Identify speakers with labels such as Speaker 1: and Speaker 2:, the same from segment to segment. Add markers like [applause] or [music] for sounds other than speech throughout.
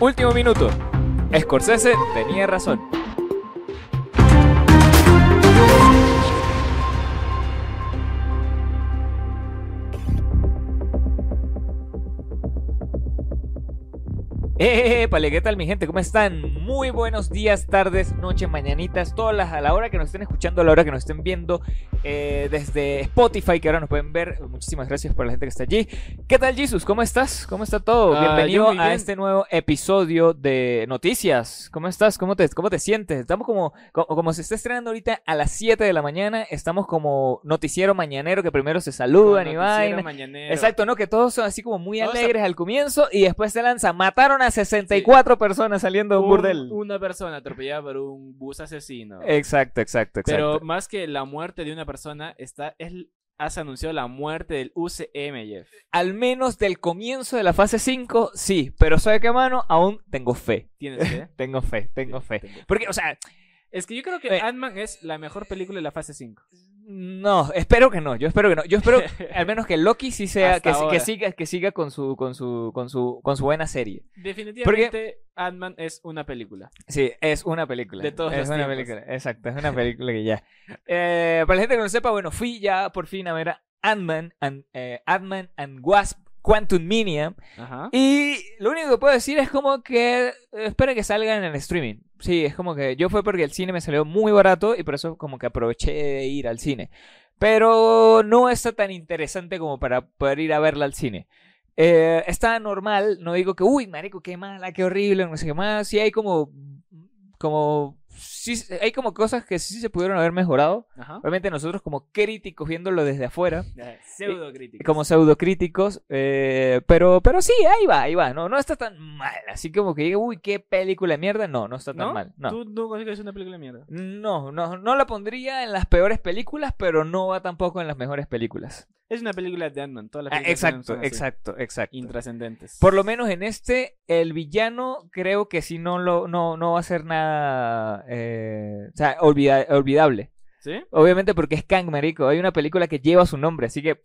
Speaker 1: Último minuto. Scorsese tenía razón. Eh, pale, ¿qué tal mi gente? ¿Cómo están? Muy buenos días, tardes, noches, mañanitas, todas las a la hora que nos estén escuchando, a la hora que nos estén viendo eh, desde Spotify, que ahora nos pueden ver. Muchísimas gracias por la gente que está allí. ¿Qué tal, Jesus? ¿Cómo estás? ¿Cómo está todo?
Speaker 2: Ah,
Speaker 1: Bienvenido
Speaker 2: yo muy
Speaker 1: a
Speaker 2: bien.
Speaker 1: este nuevo episodio de Noticias. ¿Cómo estás? ¿Cómo te, cómo te sientes? Estamos como, co- como, se está estrenando ahorita a las 7 de la mañana. Estamos como noticiero mañanero que primero se saludan y vainas. Exacto, ¿no? Que todos son así como muy
Speaker 2: Todos son-
Speaker 1: alegres al comienzo y después se lanza. Mataron a 64 personas saliendo de un, burdel.
Speaker 2: Una persona atropellada por un bus asesino.
Speaker 1: Exacto, exacto,
Speaker 2: Pero
Speaker 1: exacto.
Speaker 2: más que la muerte de una persona, está, es, has anunciado la muerte del UCM, Jeff.
Speaker 1: al menos del comienzo de la fase 5, sí. Pero ¿sabe qué, mano? Aún tengo fe.
Speaker 2: ¿Tienes fe?
Speaker 1: Tengo fe, [laughs] tengo fe. Porque, o sea,
Speaker 2: Es que yo creo que
Speaker 1: Eh.
Speaker 2: Ant-Man es la mejor película de la fase 5.
Speaker 1: no, espero que no, yo espero que no. Yo
Speaker 2: [laughs]
Speaker 1: espero al menos que Loki sí sea,
Speaker 2: Hasta
Speaker 1: que, sí- que
Speaker 2: ahora.
Speaker 1: siga, que siga con su, con su, con su, con su buena serie.
Speaker 2: Definitivamente Ant-Man es una película.
Speaker 1: Sí, es una película.
Speaker 2: De todos
Speaker 1: Es
Speaker 2: los
Speaker 1: una
Speaker 2: tiempos.
Speaker 1: película, exacto. Es una película que ya. Eh, para la gente que no lo sepa, bueno, fui ya por fin a ver a Ant-Man and, eh, Ant-Man and Wasp Quantum Minion.
Speaker 2: Ajá.
Speaker 1: Y lo único que puedo decir es como que eh, espero que salgan en el streaming. Sí, es como que yo fue porque el cine me salió muy barato y por eso como que aproveché de ir al cine. Pero no está tan interesante como para poder ir a verla al cine. Eh, está normal, no digo que, uy, marico, qué mala, qué horrible, no sé qué más. Sí hay como, como, sí, hay como cosas que sí se pudieron haber mejorado.
Speaker 2: Ajá. Eh,
Speaker 1: Obviamente nosotros como críticos viéndolo desde afuera
Speaker 2: Pseudo crítica.
Speaker 1: como pseudocríticos, eh, pero, pero sí, ahí va, ahí va, no, no está tan mal, así como que diga, uy, qué película de mierda, no, no está tan
Speaker 2: ¿No?
Speaker 1: mal, no.
Speaker 2: Tú no consideras que es una película de mierda.
Speaker 1: No, no, no la pondría en las peores películas, pero no va tampoco en las mejores películas.
Speaker 2: Es una película de Ant-Man. Todas las
Speaker 1: Ah,
Speaker 2: películas de Ant-Man
Speaker 1: exacto,
Speaker 2: son así,
Speaker 1: exacto, exacto.
Speaker 2: Intrascendentes.
Speaker 1: Por lo menos en este, el villano creo que si no lo, no, no va a ser nada, eh, o sea, olvida- olvidable.
Speaker 2: ¿Sí?
Speaker 1: Obviamente porque es Kang, marico. Hay una película que lleva su nombre, así que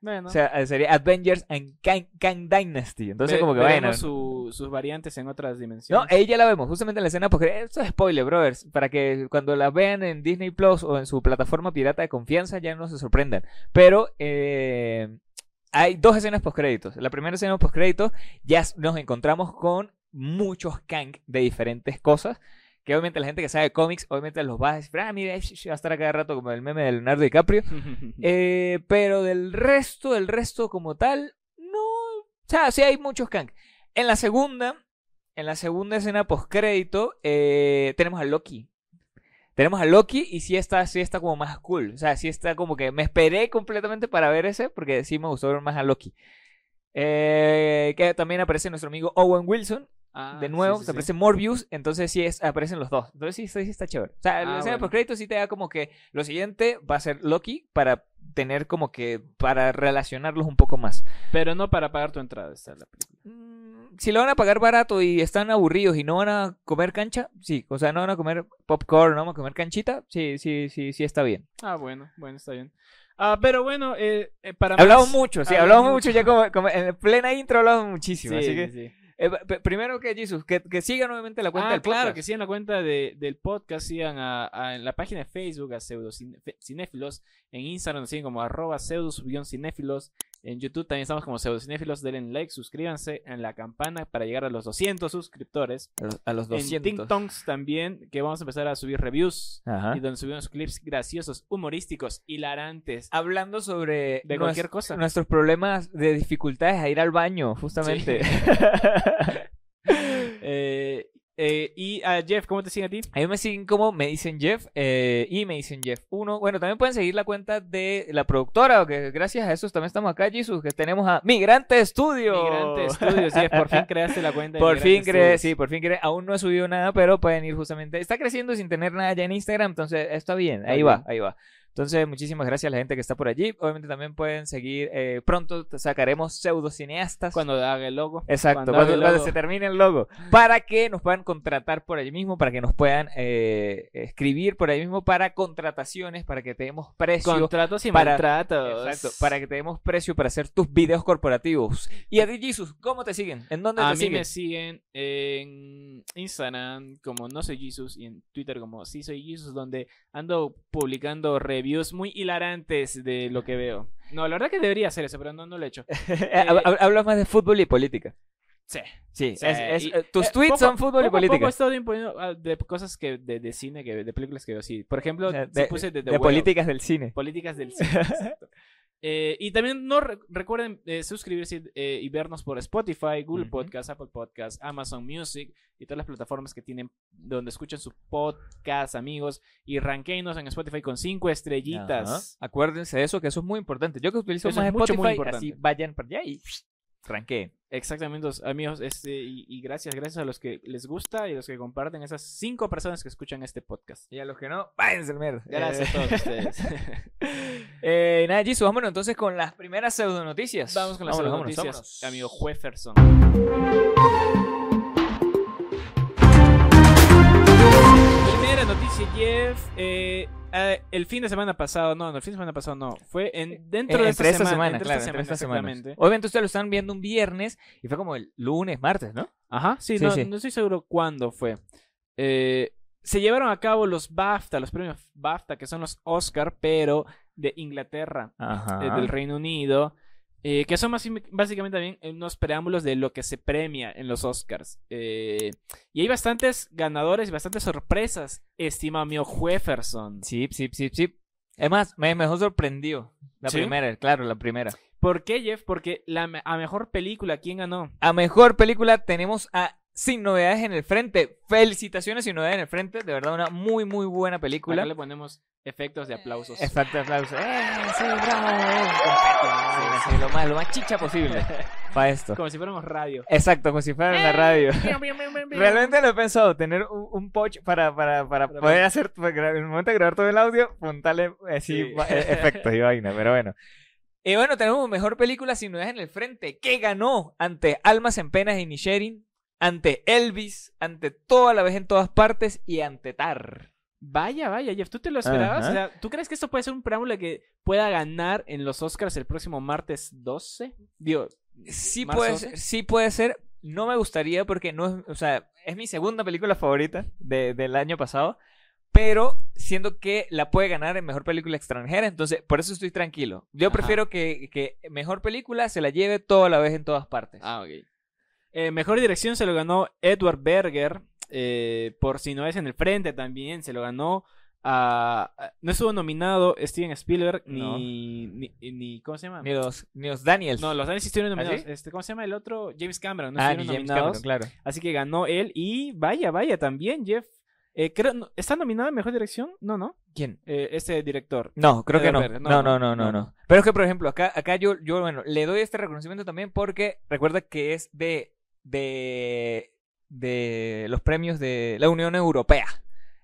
Speaker 2: Bueno.
Speaker 1: O sea, eh, sería Avengers and Kang, Kang Dynasty. Entonces,
Speaker 2: Ve-
Speaker 1: como que
Speaker 2: veremos
Speaker 1: bueno.
Speaker 2: su- sus variantes en otras dimensiones.
Speaker 1: No, ahí ya la vemos, justamente en la escena, porque esto es spoiler, brothers. Para que cuando la vean en Disney Plus o en su plataforma pirata de confianza ya no se sorprendan. Pero eh, hay dos escenas postcréditos. La primera escena postcréditos ya s- nos encontramos con muchos Kang de diferentes cosas. Que obviamente la gente que sabe cómics, obviamente los va a decir, ah, mira, va a estar a cada rato como el meme de Leonardo DiCaprio.
Speaker 2: [laughs]
Speaker 1: Eh, pero del resto, del resto como tal, no. O sea, sí hay muchos Kang. En la segunda, en la segunda escena postcrédito, eh, tenemos a Loki. Tenemos a Loki y sí está, sí está como más cool. O sea, sí está como que me esperé completamente para ver ese porque sí me gustó ver más a Loki. Eh, que también aparece nuestro amigo Owen Wilson.
Speaker 2: Ah,
Speaker 1: de nuevo,
Speaker 2: sí, sí,
Speaker 1: se
Speaker 2: sí.
Speaker 1: aparece Morbius. Entonces sí es, aparecen los dos. Entonces sí, sí, sí está chévere. O sea, la
Speaker 2: Ah,
Speaker 1: escena
Speaker 2: bueno.
Speaker 1: postcrédito sí te da como que lo siguiente va a ser Loki para tener como que para relacionarlos un poco más.
Speaker 2: Pero no para pagar tu entrada. esa es la película.
Speaker 1: Mm, Si lo van a pagar barato y están aburridos y no van a comer cancha, sí. O sea, no van a comer popcorn, no van a comer canchita, sí, sí, sí, sí está bien.
Speaker 2: Ah, bueno, bueno, está bien. Ah, pero bueno, eh, eh, para
Speaker 1: Hablamos
Speaker 2: más-
Speaker 1: mucho, sí,
Speaker 2: hablamos
Speaker 1: hablamos mucho ya como, como en plena intro hablamos muchísimo.
Speaker 2: Sí,
Speaker 1: así
Speaker 2: sí,
Speaker 1: que,
Speaker 2: sí.
Speaker 1: eh, p- primero que Jesús, que, que siga nuevamente la cuenta
Speaker 2: Ah,
Speaker 1: del
Speaker 2: claro,
Speaker 1: podcast.
Speaker 2: que sigan la cuenta de- del podcast, sigan a, a- en la página de Facebook a pseudocinéfilos, en Instagram nos siguen como arroba pseudos-cinéfilos, en YouTube también estamos como pseudocinéfilos, denle like, suscríbanse en la campana para llegar a los 200 suscriptores,
Speaker 1: A los- A los
Speaker 2: en Ting
Speaker 1: 200.
Speaker 2: Tongs también, que vamos a empezar a subir reviews,
Speaker 1: Ajá.
Speaker 2: y donde subimos clips graciosos, humorísticos, hilarantes.
Speaker 1: Hablando sobre
Speaker 2: De
Speaker 1: nues-
Speaker 2: cualquier cosa.
Speaker 1: nuestros problemas de dificultades a ir al baño,
Speaker 2: [laughs]
Speaker 1: justamente.
Speaker 2: Eh, eh, y a Jeff, ¿cómo te siguen a ti?
Speaker 1: A mí me siguen como me dicen Jeff eh, y me dicen Jeff 1. Bueno, también pueden seguir la cuenta de la productora, que gracias a eso también estamos acá, Jesus, que tenemos a Migrante Studio.
Speaker 2: Migrante Studios, Jeff,
Speaker 1: [laughs]
Speaker 2: por fin creaste la cuenta. de
Speaker 1: Por fin
Speaker 2: Migrante
Speaker 1: cree,
Speaker 2: Studios.
Speaker 1: sí, por fin cree. Aún no he subido nada, pero pueden ir justamente. Está creciendo sin tener nada ya en Instagram, entonces está bien,
Speaker 2: Está
Speaker 1: ahí
Speaker 2: bien.
Speaker 1: va, ahí va. Entonces, muchísimas gracias a la gente que está por allí. Obviamente también pueden seguir. eh, pronto sacaremos pseudocineastas.
Speaker 2: Cuando haga el logo.
Speaker 1: Exacto,
Speaker 2: haga
Speaker 1: cuando,
Speaker 2: el
Speaker 1: cuando
Speaker 2: logo.
Speaker 1: se termine el logo. Para que nos puedan contratar por allí mismo, para que nos puedan eh, escribir por ahí mismo para contrataciones, para que tenemos precio.
Speaker 2: Contratos y
Speaker 1: para-
Speaker 2: maltratos.
Speaker 1: Exacto, para que te demos precio para hacer tus videos corporativos. Y a ti, Jesus, ¿cómo te siguen? ¿En dónde
Speaker 2: Eh. A
Speaker 1: te
Speaker 2: mí
Speaker 1: siguen?
Speaker 2: me siguen en Instagram como No Soy Jesus y en Twitter como Sí Soy Jesus, donde ando publicando reviews muy hilarantes de lo que veo. No, la verdad que debería hacer eso, pero no, no lo
Speaker 1: [laughs]
Speaker 2: he hecho.
Speaker 1: Eh, Hab- hab- Hablas más de fútbol y política.
Speaker 2: Sí.
Speaker 1: Sí,
Speaker 2: Sí,
Speaker 1: es- es-
Speaker 2: y-
Speaker 1: eh, tus
Speaker 2: eh,
Speaker 1: tweets
Speaker 2: poco-
Speaker 1: son fútbol y
Speaker 2: Poco a poco
Speaker 1: política.
Speaker 2: he estado imponiendo, ah, de cosas que de, de cine, que, de películas que veo así. Por ejemplo,
Speaker 1: O sea,
Speaker 2: sí puse The, The
Speaker 1: de
Speaker 2: Whale.
Speaker 1: políticas del cine. [laughs]
Speaker 2: Políticas del cine. exacto. Eh, y también no re- recuerden eh, suscribirse eh, y vernos por Spotify, Google
Speaker 1: Ujú.
Speaker 2: Podcast, Apple Podcast, Amazon Music y todas las plataformas que tienen donde escuchan su podcast, amigos. Y ranqueenos en Spotify con cinco estrellitas.
Speaker 1: Ajá. Acuérdense de eso, que eso es muy importante. Yo que utilizo
Speaker 2: Eso
Speaker 1: más
Speaker 2: es mucho,
Speaker 1: Spotify,
Speaker 2: muy importante.
Speaker 1: así vayan para allá y ranqueen.
Speaker 2: Exactamente, os- amigos. Este, y, y gracias, gracias a los que les gusta y los que comparten, esas cinco personas que escuchan este podcast.
Speaker 1: Y a los que no, váyanse al mierda.
Speaker 2: Gracias a
Speaker 1: [laughs]
Speaker 2: todos ustedes.
Speaker 1: Eh, eh, nada, Jesus, vámonos entonces con las primeras pseudo noticias.
Speaker 2: Vamos con las noticias, amigo
Speaker 1: Eh,
Speaker 2: Jefferson. Primera noticia, Jeff. eh, eh, el fin de semana pasado, no, no, el fin de semana pasado no. Fue en, dentro de
Speaker 1: Eh, entre
Speaker 2: esta semana. entre
Speaker 1: claro,
Speaker 2: esta
Speaker 1: entre esta
Speaker 2: semana,
Speaker 1: semana.
Speaker 2: exactamente.
Speaker 1: Obviamente ustedes lo están viendo un viernes y fue como el lunes, martes, ¿no?
Speaker 2: Ajá, sí,
Speaker 1: Sí,
Speaker 2: no,
Speaker 1: sí.
Speaker 2: no estoy seguro cuándo fue. Eh, se llevaron a cabo los BAFTA, los premios BAFTA, que son los Oscar, pero de Inglaterra.
Speaker 1: Ajá.
Speaker 2: eh, del Reino Unido, eh, que son basi- básicamente también unos preámbulos de lo que se premia en los Oscars. Eh, y hay bastantes ganadores y bastantes sorpresas, estimado mío Jefferson.
Speaker 1: Sí, sí, sí, sí. Es más, me mejor sorprendió. La
Speaker 2: ¿Sí?
Speaker 1: primera, claro, la primera.
Speaker 2: ¿Por qué, Jeff? Porque la me- a mejor película, ¿quién ganó?
Speaker 1: A mejor película tenemos a Sin Novedades en el Frente. Felicitaciones, Sin Novedades en el Frente. De verdad, una muy, muy buena película.
Speaker 2: Acá le ponemos efectos de aplausos.
Speaker 1: Exacto, [laughs] aplauso. ¡Eh, sí, bravo! eh! Sí, sí, lo, más, lo más chicha posible Eh, para esto.
Speaker 2: [laughs] Como si fuéramos radio.
Speaker 1: Exacto, como si fuera en la radio. [laughs] Realmente lo he pensado, tener un, un pouch para, para, para
Speaker 2: Para-
Speaker 1: poder hacer, para gra- en el momento de grabar todo el audio, puntarle así
Speaker 2: Sí.
Speaker 1: va- e- efectos y vaina, pero bueno. Y bueno, tenemos mejor película sin novedades en el frente, que ganó ante Almas en Penas y Nisherin, ante Elvis, ante Toda la vez en todas partes y ante Tar.
Speaker 2: Vaya, vaya, Jeff, ¿tú te lo esperabas?
Speaker 1: Ajá.
Speaker 2: O sea, ¿tú crees que esto puede ser un preámbulo que pueda ganar en los Oscars el próximo martes 12? Digo,
Speaker 1: Sí
Speaker 2: ¿Más
Speaker 1: puede,
Speaker 2: doce?
Speaker 1: ser, sí puede ser, no me gustaría porque no es, o sea, es mi segunda película favorita de- del año pasado, pero siento que la puede ganar en mejor película extranjera, entonces por eso estoy tranquilo. Yo
Speaker 2: Ajá.
Speaker 1: prefiero que, que mejor película se la lleve toda la vez en todas partes.
Speaker 2: Ah, ok. Eh, mejor dirección se lo ganó Edward Berger. eh, por si no es en el frente también. Se lo ganó a. a- No estuvo nominado Steven Spielberg
Speaker 1: No.
Speaker 2: ni, ni, eh, ni- ¿Cómo se llama?
Speaker 1: Ni los, ni los Daniels.
Speaker 2: No, los Daniels sí estuvieron
Speaker 1: ¿Ah,
Speaker 2: nominados.
Speaker 1: sí?
Speaker 2: Este, ¿Cómo se llama el otro? James Cameron. No
Speaker 1: ah, ni
Speaker 2: estuvieron
Speaker 1: James
Speaker 2: nominados.
Speaker 1: Cameron, claro.
Speaker 2: Así que ganó él. Y vaya, vaya, también Jeff. Eh, creo, no- ¿Está nominado a mejor dirección? No, no.
Speaker 1: ¿Quién?
Speaker 2: Eh, este director.
Speaker 1: No, creo que
Speaker 2: Edward
Speaker 1: no.
Speaker 2: Berger,
Speaker 1: No, no, no, no, no. Pero es que, por ejemplo, acá, acá yo, yo, bueno, le doy este reconocimiento también porque recuerda que es de, de, de los premios de la Unión Europea.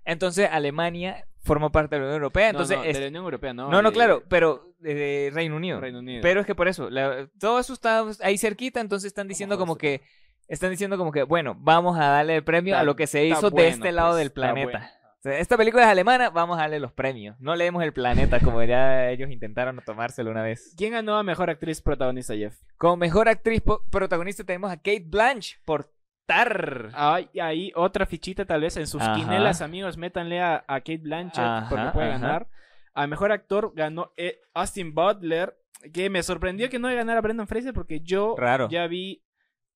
Speaker 1: Entonces, Alemania forma parte de la Unión Europea.
Speaker 2: No,
Speaker 1: Ah, Entonces,
Speaker 2: no,
Speaker 1: es-
Speaker 2: de la Unión Europea, no.
Speaker 1: no, no,
Speaker 2: de
Speaker 1: claro, pero de, de Reino Unido.
Speaker 2: Reino Unido.
Speaker 1: Pero es que por eso, la- todo eso está ahí cerquita, entonces están diciendo como
Speaker 2: joder,
Speaker 1: que, están diciendo como que, bueno, vamos a darle el premio
Speaker 2: Está-
Speaker 1: a lo que se
Speaker 2: está
Speaker 1: hizo de
Speaker 2: bueno,
Speaker 1: este lado
Speaker 2: pues,
Speaker 1: del
Speaker 2: está
Speaker 1: planeta.
Speaker 2: bueno.
Speaker 1: O sea, Esta película es alemana, vamos a darle los premios. No leemos el planeta como ya ellos intentaron tomárselo una vez.
Speaker 2: ¿Quién ganó a mejor actriz protagonista, Jeff?
Speaker 1: Como mejor actriz po- protagonista tenemos a Kate Blanche por Tar.
Speaker 2: Hay ahí otra fichita tal vez en sus
Speaker 1: Ajá.
Speaker 2: quinelas, amigos. Métanle a, a Kate Blanchett
Speaker 1: Ajá,
Speaker 2: porque puede
Speaker 1: ajá.
Speaker 2: ganar. A mejor actor ganó eh, Austin Butler, que me sorprendió que no ganara Brendan Fraser porque yo
Speaker 1: Raro.
Speaker 2: ya vi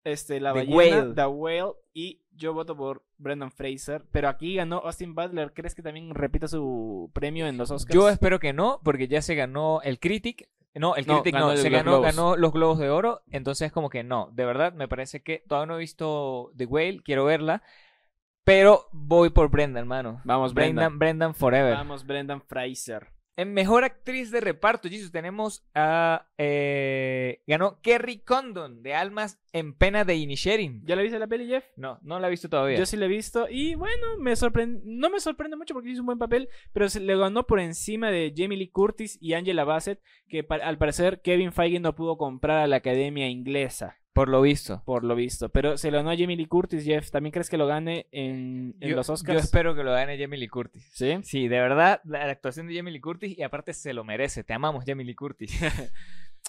Speaker 2: este, La
Speaker 1: The
Speaker 2: Ballena,
Speaker 1: Whale.
Speaker 2: The Whale, y yo voto por Brendan Fraser. Pero aquí ganó Austin Butler. ¿Crees que también repita su premio en los Oscars?
Speaker 1: Yo espero que no, porque ya se ganó el Critic. No, el
Speaker 2: No,
Speaker 1: Critic no,
Speaker 2: ganó el-
Speaker 1: se
Speaker 2: los
Speaker 1: ganó,
Speaker 2: Globos.
Speaker 1: ganó los Globos de Oro. Entonces, como que no, de verdad, me parece que todavía no he visto The Whale, quiero verla. Pero voy por Brenda, hermano.
Speaker 2: Vamos, Brendan.
Speaker 1: Brendan, Brendan Forever.
Speaker 2: Vamos, Brendan Fraser.
Speaker 1: En mejor actriz de reparto, Jesus, tenemos a. eh, ganó Kerry Condon de Almas en pena de Inisherin.
Speaker 2: ¿Ya la viste la peli, Jeff?
Speaker 1: No, no la he visto todavía.
Speaker 2: Yo sí la he visto y bueno, me sorprende, no me sorprende mucho porque hizo un buen papel, pero se le ganó por encima de Jamie Lee Curtis y Angela Bassett, que pa- al parecer Kevin Feige no pudo comprar a la academia inglesa,
Speaker 1: Por lo visto.
Speaker 2: por lo visto, pero se lo ganó a Jamie Lee Curtis, Jeff, ¿también crees que lo gane en, en
Speaker 1: Yo-
Speaker 2: los
Speaker 1: Yo
Speaker 2: Oscars?
Speaker 1: espero que lo gane Jamie Lee Curtis.
Speaker 2: sí.
Speaker 1: Sí, de verdad, la, la actuación de Jamie Lee Curtis y aparte se lo merece. Te amamos, Jamie Lee Curtis. [laughs]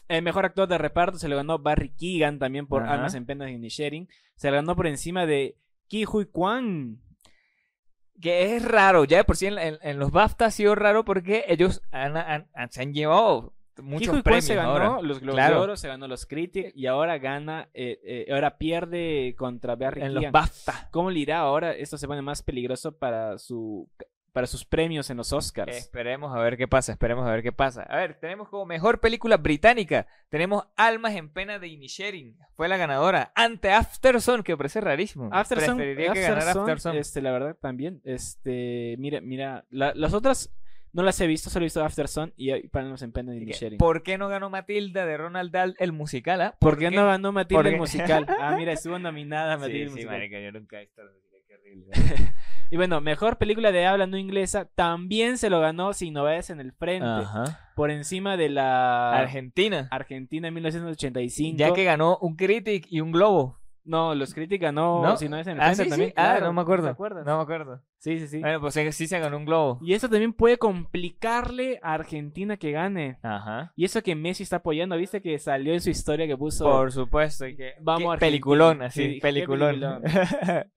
Speaker 2: El mejor actor de reparto se lo ganó Barry Keegan también por
Speaker 1: Ajá.
Speaker 2: Almas en Penas de Inisherin, se lo ganó por encima de Ki Hui Kwan.
Speaker 1: que es raro, ya de por sí en, en- en los BAFTA ha sido raro porque ellos han- han- han- se han llevado
Speaker 2: Ki
Speaker 1: muchos
Speaker 2: Hui Kwan
Speaker 1: premios
Speaker 2: se ganó
Speaker 1: ahora.
Speaker 2: los Globos
Speaker 1: Claro.
Speaker 2: de Oro, se ganó los Critics y ahora gana, eh, eh, ahora pierde contra Barry
Speaker 1: En los
Speaker 2: Keoghan.
Speaker 1: BAFTA.
Speaker 2: ¿Cómo le irá ahora? Esto se pone más peligroso para su para sus premios en los Oscars.
Speaker 1: Esperemos a ver qué pasa, esperemos a ver qué pasa. A ver, tenemos como mejor película británica, tenemos Almas en Pena de Inisherin, fue la ganadora, ante Afterson, que parece rarísimo.
Speaker 2: Afterson,
Speaker 1: Preferiría que ganara
Speaker 2: Afterson,
Speaker 1: Afterson.
Speaker 2: este, la verdad también, este, mira, mira, la- las otras no las he visto, solo he visto Afterson y, y para no se empeñan en
Speaker 1: Así que,
Speaker 2: Sharing.
Speaker 1: ¿Por qué no ganó Matilda de Ronald Dahl el musical? ah?
Speaker 2: ¿Por qué no ganó
Speaker 1: ¿Por
Speaker 2: Matilda el
Speaker 1: qué?
Speaker 2: musical?
Speaker 1: [laughs]
Speaker 2: Ah, mira, estuvo nominada
Speaker 1: Sí,
Speaker 2: Ah, Matilda el
Speaker 1: sí,
Speaker 2: musical.
Speaker 1: marica, yo nunca he visto el musical, qué
Speaker 2: [laughs]
Speaker 1: horrible.
Speaker 2: Y bueno, mejor película de habla no inglesa también se lo ganó Sin Novedades en el Frente,
Speaker 1: Ajá.
Speaker 2: por encima de la
Speaker 1: Argentina.
Speaker 2: Argentina en 1985.
Speaker 1: Ya que ganó un Critic y un Globo.
Speaker 2: No, los críticas no,
Speaker 1: ¿No?
Speaker 2: si no es en el
Speaker 1: Ah,
Speaker 2: Frente
Speaker 1: sí,
Speaker 2: también.
Speaker 1: sí. Ah,
Speaker 2: claro,
Speaker 1: no me
Speaker 2: ¿te
Speaker 1: acuerdo.
Speaker 2: acuerdas?
Speaker 1: No me acuerdo.
Speaker 2: Sí, sí, sí.
Speaker 1: Bueno, pues sí se ganó un Globo.
Speaker 2: Y eso también puede complicarle a Argentina que gane.
Speaker 1: Ajá.
Speaker 2: Y eso que Messi está apoyando, viste que salió en su historia que puso.
Speaker 1: Por supuesto. y que-
Speaker 2: Vamos,
Speaker 1: que-
Speaker 2: Argentina.
Speaker 1: Peliculón,
Speaker 2: Sí,
Speaker 1: así,
Speaker 2: qué
Speaker 1: peliculón.
Speaker 2: peliculón.
Speaker 1: [laughs]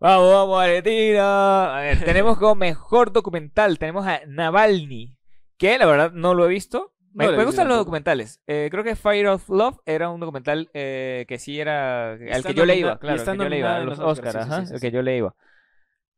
Speaker 1: vamos, vamos, Argentina. A ver, tenemos como mejor documental, tenemos a Navalny, que la verdad no lo he visto. Me,
Speaker 2: No lo he
Speaker 1: me
Speaker 2: visto
Speaker 1: gustan los
Speaker 2: tampoco.
Speaker 1: documentales. Eh, creo que Fire of Love era un documental eh, que sí era...
Speaker 2: Y
Speaker 1: Al
Speaker 2: está
Speaker 1: que yo le
Speaker 2: nomina-
Speaker 1: iba,
Speaker 2: y
Speaker 1: claro. al
Speaker 2: está
Speaker 1: que yo le
Speaker 2: nominada
Speaker 1: iba, a
Speaker 2: en
Speaker 1: los
Speaker 2: los Oscars,
Speaker 1: Oscars,
Speaker 2: sí, sí,
Speaker 1: ajá.
Speaker 2: sí,
Speaker 1: el
Speaker 2: sí.
Speaker 1: que yo le iba.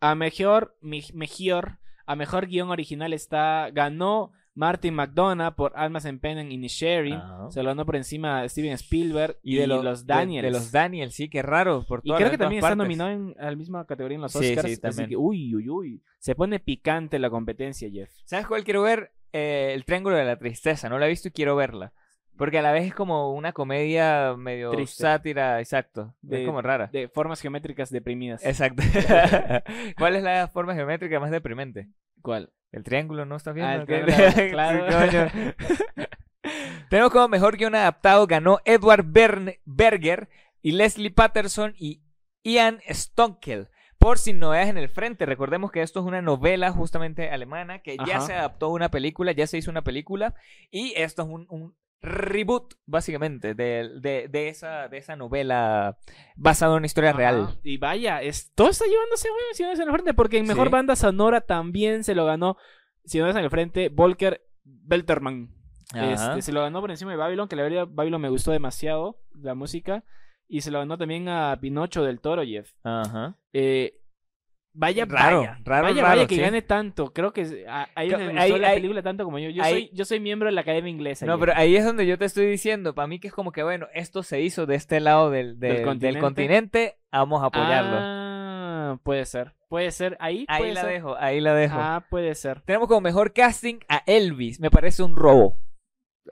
Speaker 2: A mejor, mi- mejor, a mejor guión original está. Ganó Martin McDonough por Almas en Pena y Inisherin.
Speaker 1: Ajá.
Speaker 2: Se lo ganó por encima a Steven Spielberg y,
Speaker 1: Ah. Y de
Speaker 2: los,
Speaker 1: los, de-
Speaker 2: Daniels.
Speaker 1: De, los Daniels, sí, qué raro. Por
Speaker 2: y
Speaker 1: todas-
Speaker 2: creo
Speaker 1: en
Speaker 2: que
Speaker 1: todas
Speaker 2: también está
Speaker 1: partes.
Speaker 2: nominado en a la misma categoría en los
Speaker 1: Sí, sí,
Speaker 2: Oscars.
Speaker 1: también.
Speaker 2: Así que, uy, uy, uy. Se pone picante la competencia, Jeff.
Speaker 1: ¿Sabes cuál quiero ver? Eh, el Triángulo de la Tristeza. No la he visto y quiero verla. Porque a la vez es como una comedia medio
Speaker 2: Triste.
Speaker 1: sátira, exacto.
Speaker 2: De-
Speaker 1: es como rara.
Speaker 2: De formas geométricas deprimidas. [laughs]
Speaker 1: Exacto. ¿Cuál es la forma geométrica más deprimente?
Speaker 2: ¿Cuál?
Speaker 1: El triángulo, ¿no estás viendo?
Speaker 2: Ah, el
Speaker 1: ¿Qué- [laughs]
Speaker 2: triángulo, [laughs] claro.
Speaker 1: Sí, coño. Tenemos como mejor guión adaptado ganó Edward Bern- Berger y Leslie Patterson y Ian Stonkel. Por sin novedades en el frente, recordemos que esto es una novela justamente alemana que ya
Speaker 2: Ajá.
Speaker 1: se adaptó a una película, ya se hizo una película y esto es un, un reboot básicamente de, de- de esa, de esa novela basada en una historia
Speaker 2: Ajá.
Speaker 1: real.
Speaker 2: Y vaya, es- todo está llevándose muy bien Ciudades en el Frente, porque en mejor
Speaker 1: Sí.
Speaker 2: banda sonora también se lo ganó Ciudades en el Frente, Volker Belterman.
Speaker 1: Ajá.
Speaker 2: Este, se lo ganó por encima de Babylon, que la verdad Babylon me gustó demasiado, la música. Y se lo ganó también a Pinocho del Toro, Jeff.
Speaker 1: Ajá.
Speaker 2: Eh, vaya,
Speaker 1: Raro,
Speaker 2: vaya,
Speaker 1: raro,
Speaker 2: vaya,
Speaker 1: raro,
Speaker 2: vaya que
Speaker 1: sí.
Speaker 2: gane tanto. Creo que a- ahí
Speaker 1: Creo-
Speaker 2: les
Speaker 1: ahí-
Speaker 2: gustó la
Speaker 1: ahí-
Speaker 2: película tanto como yo. Yo,
Speaker 1: ahí-
Speaker 2: soy, yo soy miembro de la Academia Inglesa.
Speaker 1: No,
Speaker 2: Jeff.
Speaker 1: pero ahí es donde yo te estoy diciendo, para mí que es como que, bueno, esto se hizo de este lado del, del-
Speaker 2: Del
Speaker 1: del
Speaker 2: continente.
Speaker 1: continente. vamos a apoyarlo.
Speaker 2: Ah, puede ser, puede ser. Ahí,
Speaker 1: ahí
Speaker 2: puede
Speaker 1: la
Speaker 2: ser.
Speaker 1: dejo, ahí la dejo.
Speaker 2: Ah, puede ser.
Speaker 1: Tenemos como mejor casting a Elvis, me parece un robo.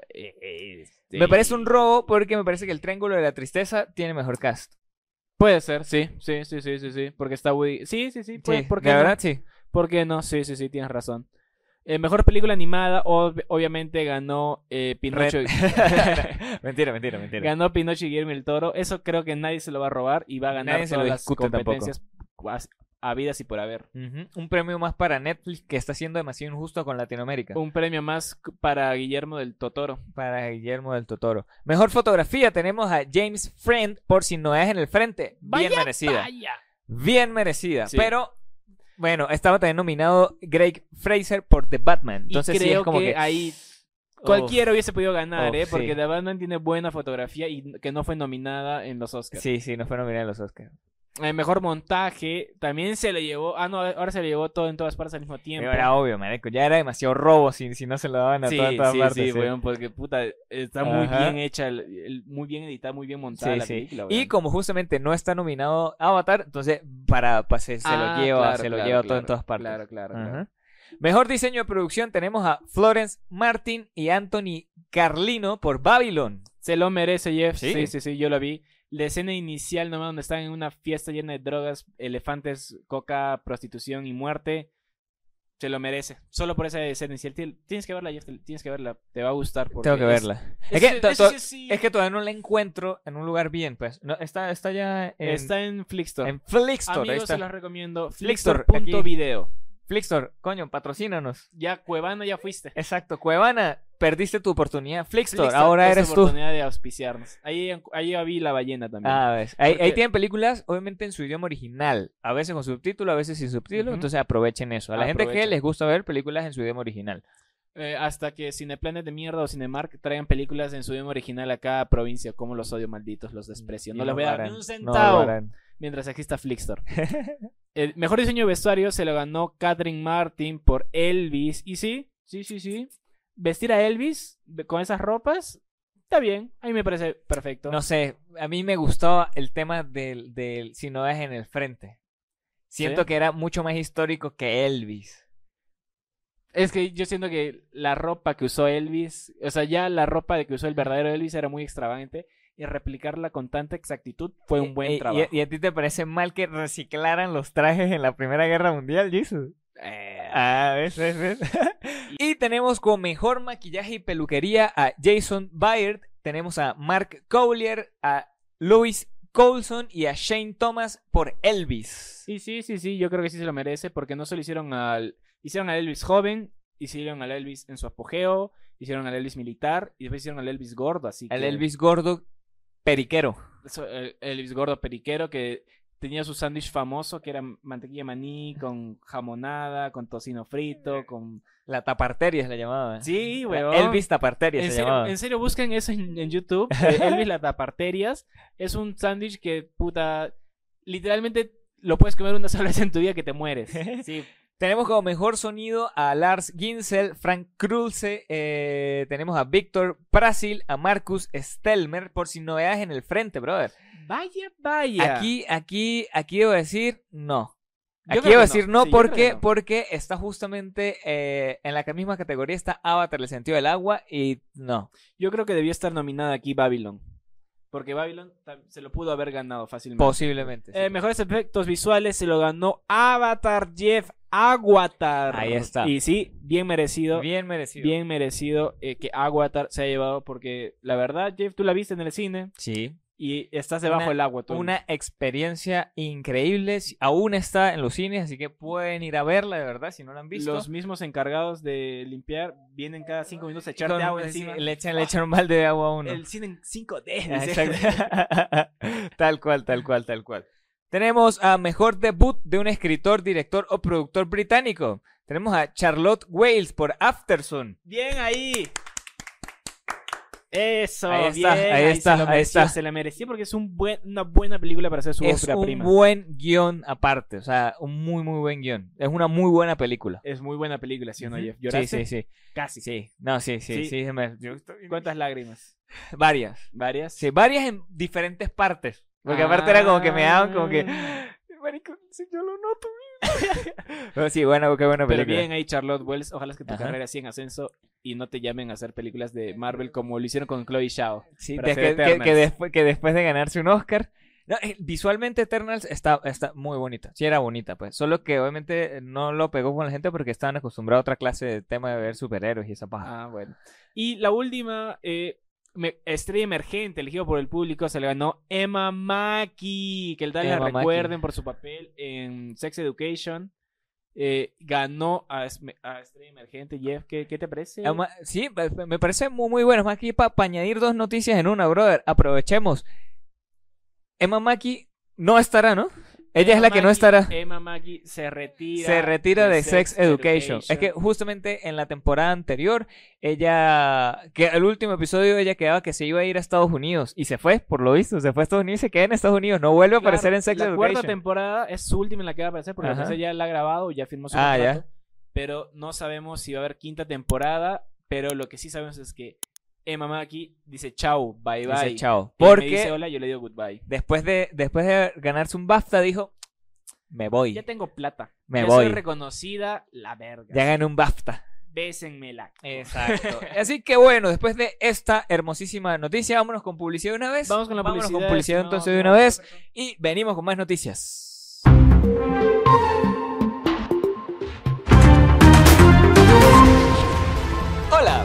Speaker 2: Eh, este,
Speaker 1: Me parece un robo porque me parece que el Triángulo de la Tristeza tiene mejor cast.
Speaker 2: Puede ser, sí, sí, sí, sí, sí, sí. Porque está Woody. Sí, sí, sí. Puede,
Speaker 1: Sí,
Speaker 2: ¿por qué
Speaker 1: de
Speaker 2: no?
Speaker 1: verdad sí.
Speaker 2: ¿Por qué no? Sí, sí, sí, tienes razón. Eh, mejor película animada, ob- obviamente ganó eh, Pinocho. y-
Speaker 1: [laughs] mentira, mentira, mentira.
Speaker 2: ganó Pinocho y Guillermo el Toro. Eso creo que nadie se lo va a robar y va a ganar
Speaker 1: Nadie se lo
Speaker 2: todas las
Speaker 1: discute tampoco.
Speaker 2: competencias as- habidas y por haber.
Speaker 1: Ujú, Un premio más para Netflix que está siendo demasiado injusto con Latinoamérica.
Speaker 2: Un premio más c- para Guillermo del Totoro.
Speaker 1: Para Guillermo del Totoro. Mejor fotografía tenemos a James Friend por si no es en el frente. Bien
Speaker 2: Vaya,
Speaker 1: merecida.
Speaker 2: Vaya.
Speaker 1: Bien merecida.
Speaker 2: Sí.
Speaker 1: Pero, bueno, estaba también nominado Greg Fraser por The Batman.
Speaker 2: Y
Speaker 1: Entonces sí
Speaker 2: creo
Speaker 1: es como
Speaker 2: que
Speaker 1: que.
Speaker 2: ahí
Speaker 1: Uf,
Speaker 2: Cualquiera hubiese podido ganar,
Speaker 1: Oh,
Speaker 2: ¿eh?
Speaker 1: sí.
Speaker 2: Porque The Batman tiene buena fotografía y que no fue nominada en los Oscars.
Speaker 1: Sí, sí, no fue nominado a los Oscars.
Speaker 2: El mejor montaje también se lo llevó. Ah, no, ahora se lo llevó todo en todas partes al mismo tiempo.
Speaker 1: Pero era obvio, marico. Ya era demasiado robo si, si no se lo daban a
Speaker 2: sí,
Speaker 1: toda- todas
Speaker 2: sí,
Speaker 1: partes.
Speaker 2: sí,
Speaker 1: sí.
Speaker 2: weón, porque puta, está muy
Speaker 1: Ajá.
Speaker 2: bien hecha, el- el- muy bien editada, muy bien montada
Speaker 1: Sí,
Speaker 2: la
Speaker 1: sí.
Speaker 2: película.
Speaker 1: Y
Speaker 2: weón.
Speaker 1: como justamente no está nominado Avatar, entonces para, pa- se, se
Speaker 2: Ah,
Speaker 1: lo lleva,
Speaker 2: claro,
Speaker 1: se lo
Speaker 2: claro,
Speaker 1: lleva todo
Speaker 2: claro,
Speaker 1: en todas partes.
Speaker 2: Claro, claro,
Speaker 1: Ajá.
Speaker 2: claro.
Speaker 1: Mejor diseño de producción tenemos a Florence Martin y Anthony Carlino por Babylon.
Speaker 2: Se lo merece Jeff. Sí,
Speaker 1: Sí.
Speaker 2: sí, sí, yo lo vi. la escena inicial nomás donde están en una fiesta llena de drogas, elefantes, coca, prostitución y muerte, se lo merece. Solo por esa escena inicial. Tien- Tienes que verla, Jeff, te- tienes que verla. Te va a gustar. porque
Speaker 1: Tengo que
Speaker 2: es-
Speaker 1: verla. Es,
Speaker 2: eso-
Speaker 1: que, to-
Speaker 2: eso
Speaker 1: to-
Speaker 2: sí, sí,
Speaker 1: es que todavía no la encuentro en un lugar bien, pues. No, está, está ya en,
Speaker 2: está en Flickstore.
Speaker 1: en Flickstore. ahí
Speaker 2: Amigos,
Speaker 1: está.
Speaker 2: se los recomiendo.
Speaker 1: Flickstore,
Speaker 2: Flickstore.video.
Speaker 1: Flickstore, coño, patrocínanos.
Speaker 2: Ya, Cuevana, ya fuiste.
Speaker 1: Exacto, Cuevana, perdiste tu oportunidad. Flickstore,
Speaker 2: Flickster,
Speaker 1: ahora
Speaker 2: esa
Speaker 1: eres tú.
Speaker 2: oportunidad de auspiciarnos. Ahí, ahí ya vi la ballena también.
Speaker 1: Ah, ves. Ahí,
Speaker 2: Porque-
Speaker 1: ahí tienen películas, obviamente en su idioma original, a veces con subtítulo, a veces sin subtítulo,
Speaker 2: Ujú.
Speaker 1: entonces aprovechen eso. A la gente que
Speaker 2: Aprovechen.
Speaker 1: les gusta ver películas en su idioma original.
Speaker 2: Eh, hasta que Cineplanet de mierda o Cinemark traigan películas en su idioma original a cada provincia. Como los odio, malditos, los desprecio.
Speaker 1: Y
Speaker 2: No les voy
Speaker 1: lo
Speaker 2: a dar
Speaker 1: harán,
Speaker 2: ni un
Speaker 1: no lo
Speaker 2: centavo
Speaker 1: harán.
Speaker 2: mientras
Speaker 1: [laughs]
Speaker 2: exista Flickstore. El mejor diseño de vestuario se lo ganó Catherine Martin por Elvis. Y sí, sí, sí, sí. Vestir a Elvis de- con esas ropas está bien. A mí me parece perfecto.
Speaker 1: No sé, a mí me gustó el tema del, del si no es en el frente. Siento
Speaker 2: ¿Sí?
Speaker 1: que era mucho más histórico que Elvis.
Speaker 2: Es que yo siento que la ropa que usó Elvis, o sea, ya la ropa de que usó el verdadero Elvis era muy extravagante y replicarla con tanta exactitud fue un buen
Speaker 1: Eh, eh, y-
Speaker 2: trabajo.
Speaker 1: Y, a ti te parece mal que reciclaran los trajes en la Primera Guerra Mundial, Jesus?
Speaker 2: Eh,
Speaker 1: Ah, ves, ves, ves.
Speaker 2: [laughs]
Speaker 1: y tenemos con mejor maquillaje y peluquería a Jason Byrd, tenemos a Mark Collier, a Louis Coulson y a Shane Thomas por Elvis.
Speaker 2: Sí, sí, sí, sí, yo creo que sí se lo merece porque no solo hicieron al hicieron al Elvis joven, hicieron al Elvis en su apogeo, hicieron al Elvis militar y después hicieron al Elvis gordo, así
Speaker 1: Al
Speaker 2: que-
Speaker 1: Elvis gordo periquero.
Speaker 2: so- el Elvis gordo periquero que tenía su sándwich famoso que era mantequilla de maní con jamonada, con tocino frito, con
Speaker 1: La taparterias la llamaba.
Speaker 2: Sí,
Speaker 1: La
Speaker 2: weón.
Speaker 1: Elvis Taparterias
Speaker 2: En
Speaker 1: se
Speaker 2: serio,
Speaker 1: llamaba.
Speaker 2: en serio, busquen eso en, en
Speaker 1: [laughs]
Speaker 2: YouTube. eh, Elvis la taparterias. Es un sándwich que, puta, literalmente lo puedes comer una sola vez en tu vida que
Speaker 1: [laughs]
Speaker 2: te mueres. Sí,
Speaker 1: Tenemos como mejor sonido a Lars Ginzel, Frank Krulze, eh, tenemos a Víctor Prasil, a Marcus Stelmer, por si novedades en el frente, brother.
Speaker 2: vaya, vaya.
Speaker 1: Aquí, aquí, aquí debo decir no. Aquí
Speaker 2: Yo creo
Speaker 1: debo
Speaker 2: que no.
Speaker 1: decir no,
Speaker 2: Sí, yo creo
Speaker 1: porque,
Speaker 2: que no.
Speaker 1: porque está justamente eh, en la misma categoría está Avatar, el sentido del agua, y no.
Speaker 2: Yo creo que debió estar nominada aquí Babylon. Porque Babylon ta- se lo pudo haber ganado fácilmente.
Speaker 1: Posiblemente. sí.
Speaker 2: Eh, mejores efectos visuales se lo ganó Avatar Jeff Aguatar.
Speaker 1: Ahí está.
Speaker 2: Y sí, bien merecido.
Speaker 1: bien merecido.
Speaker 2: Bien merecido eh, que Aguatar se haya llevado porque la verdad, Jeff, tú la viste en el cine.
Speaker 1: Sí.
Speaker 2: Y estás debajo
Speaker 1: Una-
Speaker 2: del agua, tú.
Speaker 1: Una experiencia increíble. Si- Aún está en los cines, así que pueden ir a verla, de verdad, si no la han visto.
Speaker 2: Los mismos encargados de limpiar vienen cada cinco minutos a echarte
Speaker 1: Con-
Speaker 2: agua
Speaker 1: sí,
Speaker 2: encima. Ah.
Speaker 1: Le echan, le echan un balde de agua a uno.
Speaker 2: El cine en 5D.
Speaker 1: Ah,
Speaker 2: dice. [laughs]
Speaker 1: exacto. tal cual, tal cual, tal cual. Tenemos a mejor debut de un escritor, director o productor británico. Tenemos a Charlotte Wales por Aftersun.
Speaker 2: Bien ahí. Eso,
Speaker 1: Ahí
Speaker 2: bien.
Speaker 1: está, ahí está,
Speaker 2: se lo
Speaker 1: ahí
Speaker 2: mereció,
Speaker 1: está.
Speaker 2: Se la mereció porque es un buen, una buena película para hacer su
Speaker 1: Es
Speaker 2: ópera
Speaker 1: un
Speaker 2: prima.
Speaker 1: buen guión aparte, o sea, un muy, muy buen guión. Es una muy buena película.
Speaker 2: Es muy buena película, ¿sí o no,
Speaker 1: Ujú.
Speaker 2: Jeff?
Speaker 1: Sí,
Speaker 2: ¿Lloraste?
Speaker 1: sí, sí.
Speaker 2: Casi.
Speaker 1: Sí, no, sí, sí,
Speaker 2: Sí.
Speaker 1: sí. se me- yo estoy-
Speaker 2: ¿Cuántas lágrimas?
Speaker 1: Varias.
Speaker 2: ¿Varias?
Speaker 1: Sí, varias en diferentes partes. Porque aparte era como que me daban como que...
Speaker 2: Ah.
Speaker 1: Marico, si yo lo noto. Pero oh, sí, bueno, qué buena
Speaker 2: Pero
Speaker 1: película.
Speaker 2: bien ahí, Charlotte Wells. Ojalá es que tu
Speaker 1: Ajá.
Speaker 2: carrera siga en ascenso y no te llamen a hacer películas de Marvel como lo hicieron con Chloe Zhao.
Speaker 1: Sí,
Speaker 2: para
Speaker 1: de-
Speaker 2: ser
Speaker 1: que, que-
Speaker 2: Eternals.
Speaker 1: que después, que después de ganarse un Oscar. No, eh, visualmente Eternals está, está muy bonita. Sí, era bonita, pues. Solo que obviamente no lo pegó con la gente porque estaban acostumbrados a otra clase de tema de ver superhéroes y esa paja.
Speaker 2: Ah, bueno. Y la última eh, me- estrella emergente elegido por el público se le ganó Emma Mackey, que tal vez
Speaker 1: Emma
Speaker 2: la
Speaker 1: Mackey.
Speaker 2: recuerden por su papel en Sex Education. Eh, ganó a, esme- a estrella emergente. Jeff, ¿qué, qué te parece?
Speaker 1: Ama- Ah, Sí, pa- pa- me parece muy, muy bueno. Es más, aquí para añadir dos noticias en una, brother. Aprovechemos. Emma Mackey no estará, ¿no? Ella es
Speaker 2: Emma
Speaker 1: la que no
Speaker 2: Mackey-
Speaker 1: estará.
Speaker 2: Emma Mackey se retira.
Speaker 1: Se retira de Sex Education. Es que justamente en la temporada anterior, ella, que el último episodio ella quedaba que se iba a ir a Estados Unidos y se fue, por lo visto, se fue a Estados Unidos y se queda en Estados Unidos, no vuelve a aparecer en Sex
Speaker 2: la cuarta
Speaker 1: Education.
Speaker 2: temporada es su última en la que va a aparecer porque
Speaker 1: Ajá.
Speaker 2: entonces ya la ha grabado, ya firmó su
Speaker 1: Ah, ya.
Speaker 2: contrato. Pero no sabemos si va a haber quinta temporada, pero lo que sí sabemos es que Emma Mackey dice chau, bye bye.
Speaker 1: Dice, chao.
Speaker 2: Él me dice
Speaker 1: Porque
Speaker 2: hola, yo le digo goodbye.
Speaker 1: después de, después de ganarse un BAFTA dijo, me voy,
Speaker 2: Ya tengo plata.
Speaker 1: Me
Speaker 2: ya
Speaker 1: voy.
Speaker 2: soy reconocida, la verga.
Speaker 1: ya gané un BAFTA.
Speaker 2: Bésenme la.
Speaker 1: Exacto. [laughs] Así que bueno, después de esta hermosísima noticia, vámonos con publicidad de una vez.
Speaker 2: Vamos con la
Speaker 1: Vámonos
Speaker 2: publicidad.
Speaker 1: con publicidad
Speaker 2: estimado
Speaker 1: entonces de una
Speaker 2: Mauro.
Speaker 1: vez y venimos con más noticias. Hola,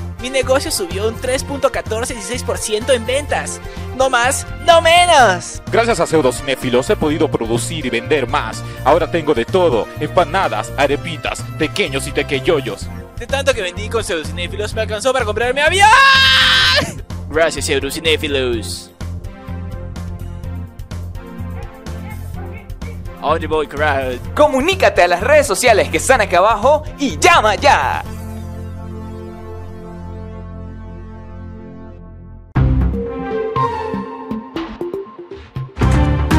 Speaker 3: Mi negocio subió un 3.1416% en ventas. No más, no menos.
Speaker 4: Gracias a pseudocinéfilos he podido producir y vender más. Ahora tengo de todo: empanadas, arepitas, pequeños y tequeyoyos.
Speaker 3: De tanto que vendí con pseudocinéfilos me alcanzó para comprarme avión. Gracias, pseudocinéfilos. Ahora voy, crowd.
Speaker 1: Ah, Comunícate a las redes sociales que están acá abajo y llama ya.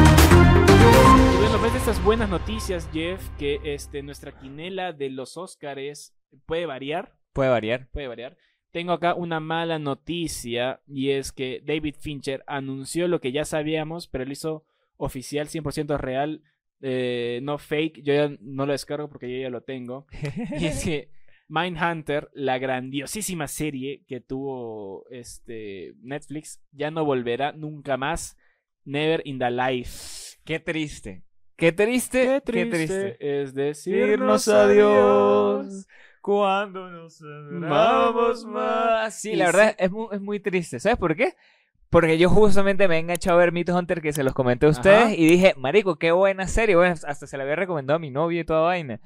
Speaker 2: Y bueno, pues de estas buenas noticias, Jeff, que este, nuestra quinela de los Óscares puede variar.
Speaker 1: Puede variar.
Speaker 2: Puede variar. Tengo acá una mala noticia y es que David Fincher anunció lo que ya sabíamos, pero lo hizo oficial, 100% real, eh, no fake. Yo ya no lo descargo porque yo ya lo tengo. Y es que Mindhunter, la grandiosísima serie que tuvo este Netflix, ya no volverá nunca más. Never in the life.
Speaker 1: Qué triste. Qué triste. Qué triste.
Speaker 2: es decirnos adiós.
Speaker 1: Cuando nos
Speaker 2: amamos más.
Speaker 1: Sí, la verdad es muy, es muy triste. ¿Sabes por qué? Porque yo justamente me he enganchado a ver Myth Hunter que se los comenté a ustedes
Speaker 2: Ajá.
Speaker 1: y dije, marico, qué buena serie. Bueno, hasta se la había recomendado a mi novio y toda vaina.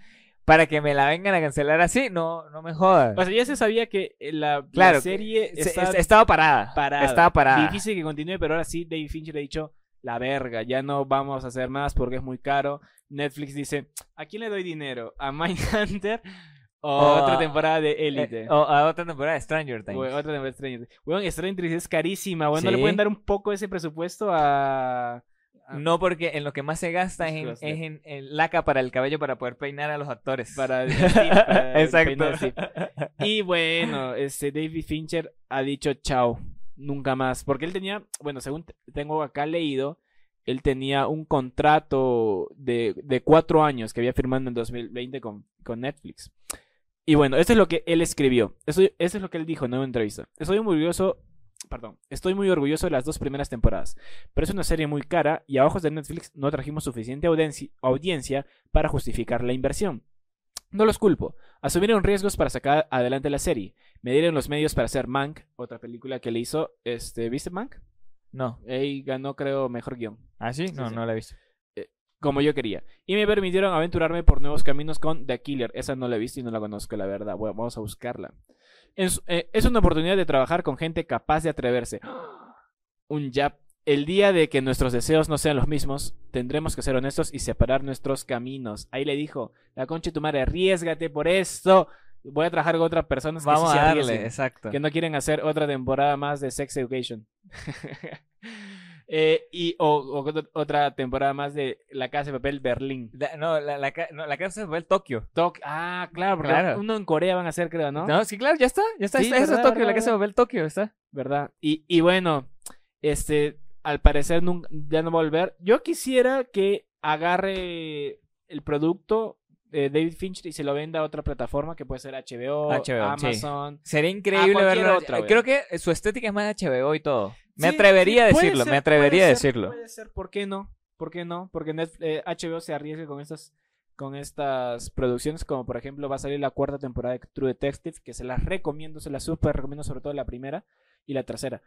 Speaker 1: Para que me la vengan a cancelar así, no, no me jodas.
Speaker 2: O sea, ya se sabía que eh, la, la
Speaker 1: Claro,
Speaker 2: serie
Speaker 1: Se-
Speaker 2: está
Speaker 1: est- estaba parada.
Speaker 2: parada.
Speaker 1: Estaba parada.
Speaker 2: Difícil que continúe, pero ahora sí David Fincher ha dicho la verga, ya no vamos a hacer más porque es muy caro. Netflix dice, ¿a quién le doy dinero? ¿A [laughs] Mindhunter o
Speaker 1: O
Speaker 2: a otra
Speaker 1: a-
Speaker 2: temporada de Elite?
Speaker 1: Oh, Eh, o a otra temporada de Stranger Things.
Speaker 2: O otra temporada de Stranger Things. Weón, Stranger Things es carísima, weón. ¿No le
Speaker 1: Sí.
Speaker 2: pueden dar un poco ese presupuesto a...?
Speaker 1: No, porque en lo que más se gasta es en,
Speaker 2: Justo.
Speaker 1: es en- en laca para el cabello para poder peinar a los actores. [laughs]
Speaker 2: Para el Steve, para el
Speaker 1: Exacto.
Speaker 2: peinado de Steve. Y bueno, este David Fincher ha dicho chao, nunca más. Porque él tenía, bueno, según t- tengo acá leído, él tenía un contrato de, de cuatro años que había firmado en 2020 con, con Netflix. Y bueno, esto es lo que él escribió. Eso, eso es lo que él dijo en una entrevista. Estoy muy orgulloso, perdón, estoy muy orgulloso de las dos primeras temporadas. Pero es una serie muy cara y a ojos de Netflix no trajimos suficiente audenci- audiencia para justificar la inversión. No los culpo. Asumieron riesgos para sacar adelante la serie. Me dieron los medios para hacer Mank, otra película que le hizo. Este, ¿Viste Mank?
Speaker 1: No.
Speaker 2: Ahí ganó, creo, mejor guión.
Speaker 1: ¿Ah, sí? No,
Speaker 2: sí.
Speaker 1: no la he visto.
Speaker 2: Como yo quería. Y me permitieron aventurarme por nuevos caminos con The Killer. Esa no la he visto y no la conozco, la verdad. Bueno, vamos a buscarla. Es, eh, es una oportunidad de trabajar con gente capaz de atreverse. [gasps] Un jab. El día de que nuestros deseos no sean los mismos, tendremos que ser honestos y separar nuestros caminos. Ahí le dijo, la concha de tu madre, arriesgate por esto. Voy a trabajar con otras personas que sí
Speaker 1: Vamos
Speaker 2: se
Speaker 1: a darle,
Speaker 2: arriesguen".
Speaker 1: exacto.
Speaker 2: que no quieren hacer otra temporada más de Sex Education. [laughs] Eh, y o, o otra- otra temporada más de La Casa de Papel Berlín.
Speaker 1: Da- No, la, la, ca- no, la casa fue el Tokio.
Speaker 2: Toc- ah, claro, porque
Speaker 1: Claro.
Speaker 2: uno en Corea van a hacer, creo, ¿no?
Speaker 1: No, sí, claro, ya está. Ya está.
Speaker 2: Sí,
Speaker 1: está- eso es
Speaker 2: verdad,
Speaker 1: Tokio, la
Speaker 2: verdad,
Speaker 1: casa fue el Tokio, está.
Speaker 2: ¿Verdad? Y, y bueno, este, al parecer nun- ya no va a volver. Yo quisiera que agarre el producto de David Fincher y se lo venda a otra plataforma que puede ser HBO,
Speaker 1: HBO, sí.
Speaker 2: Amazon.
Speaker 1: Sería increíble
Speaker 2: cualquier
Speaker 1: verlo.
Speaker 2: otra, güey.
Speaker 1: Creo que su estética es más HBO y todo. Me
Speaker 2: Sí,
Speaker 1: atrevería a
Speaker 2: sí, puede
Speaker 1: decirlo,
Speaker 2: ser,
Speaker 1: me atrevería a
Speaker 2: puede ser,
Speaker 1: decirlo.
Speaker 2: Puede ser, ¿por qué no? ¿Por qué no? Porque Netf- eh, HBO se arriesga con estas, con estas producciones, como por ejemplo va a salir la cuarta temporada de True Detective, que se las recomiendo, se las super recomiendo, sobre todo la [clears throat] primera y la tercera.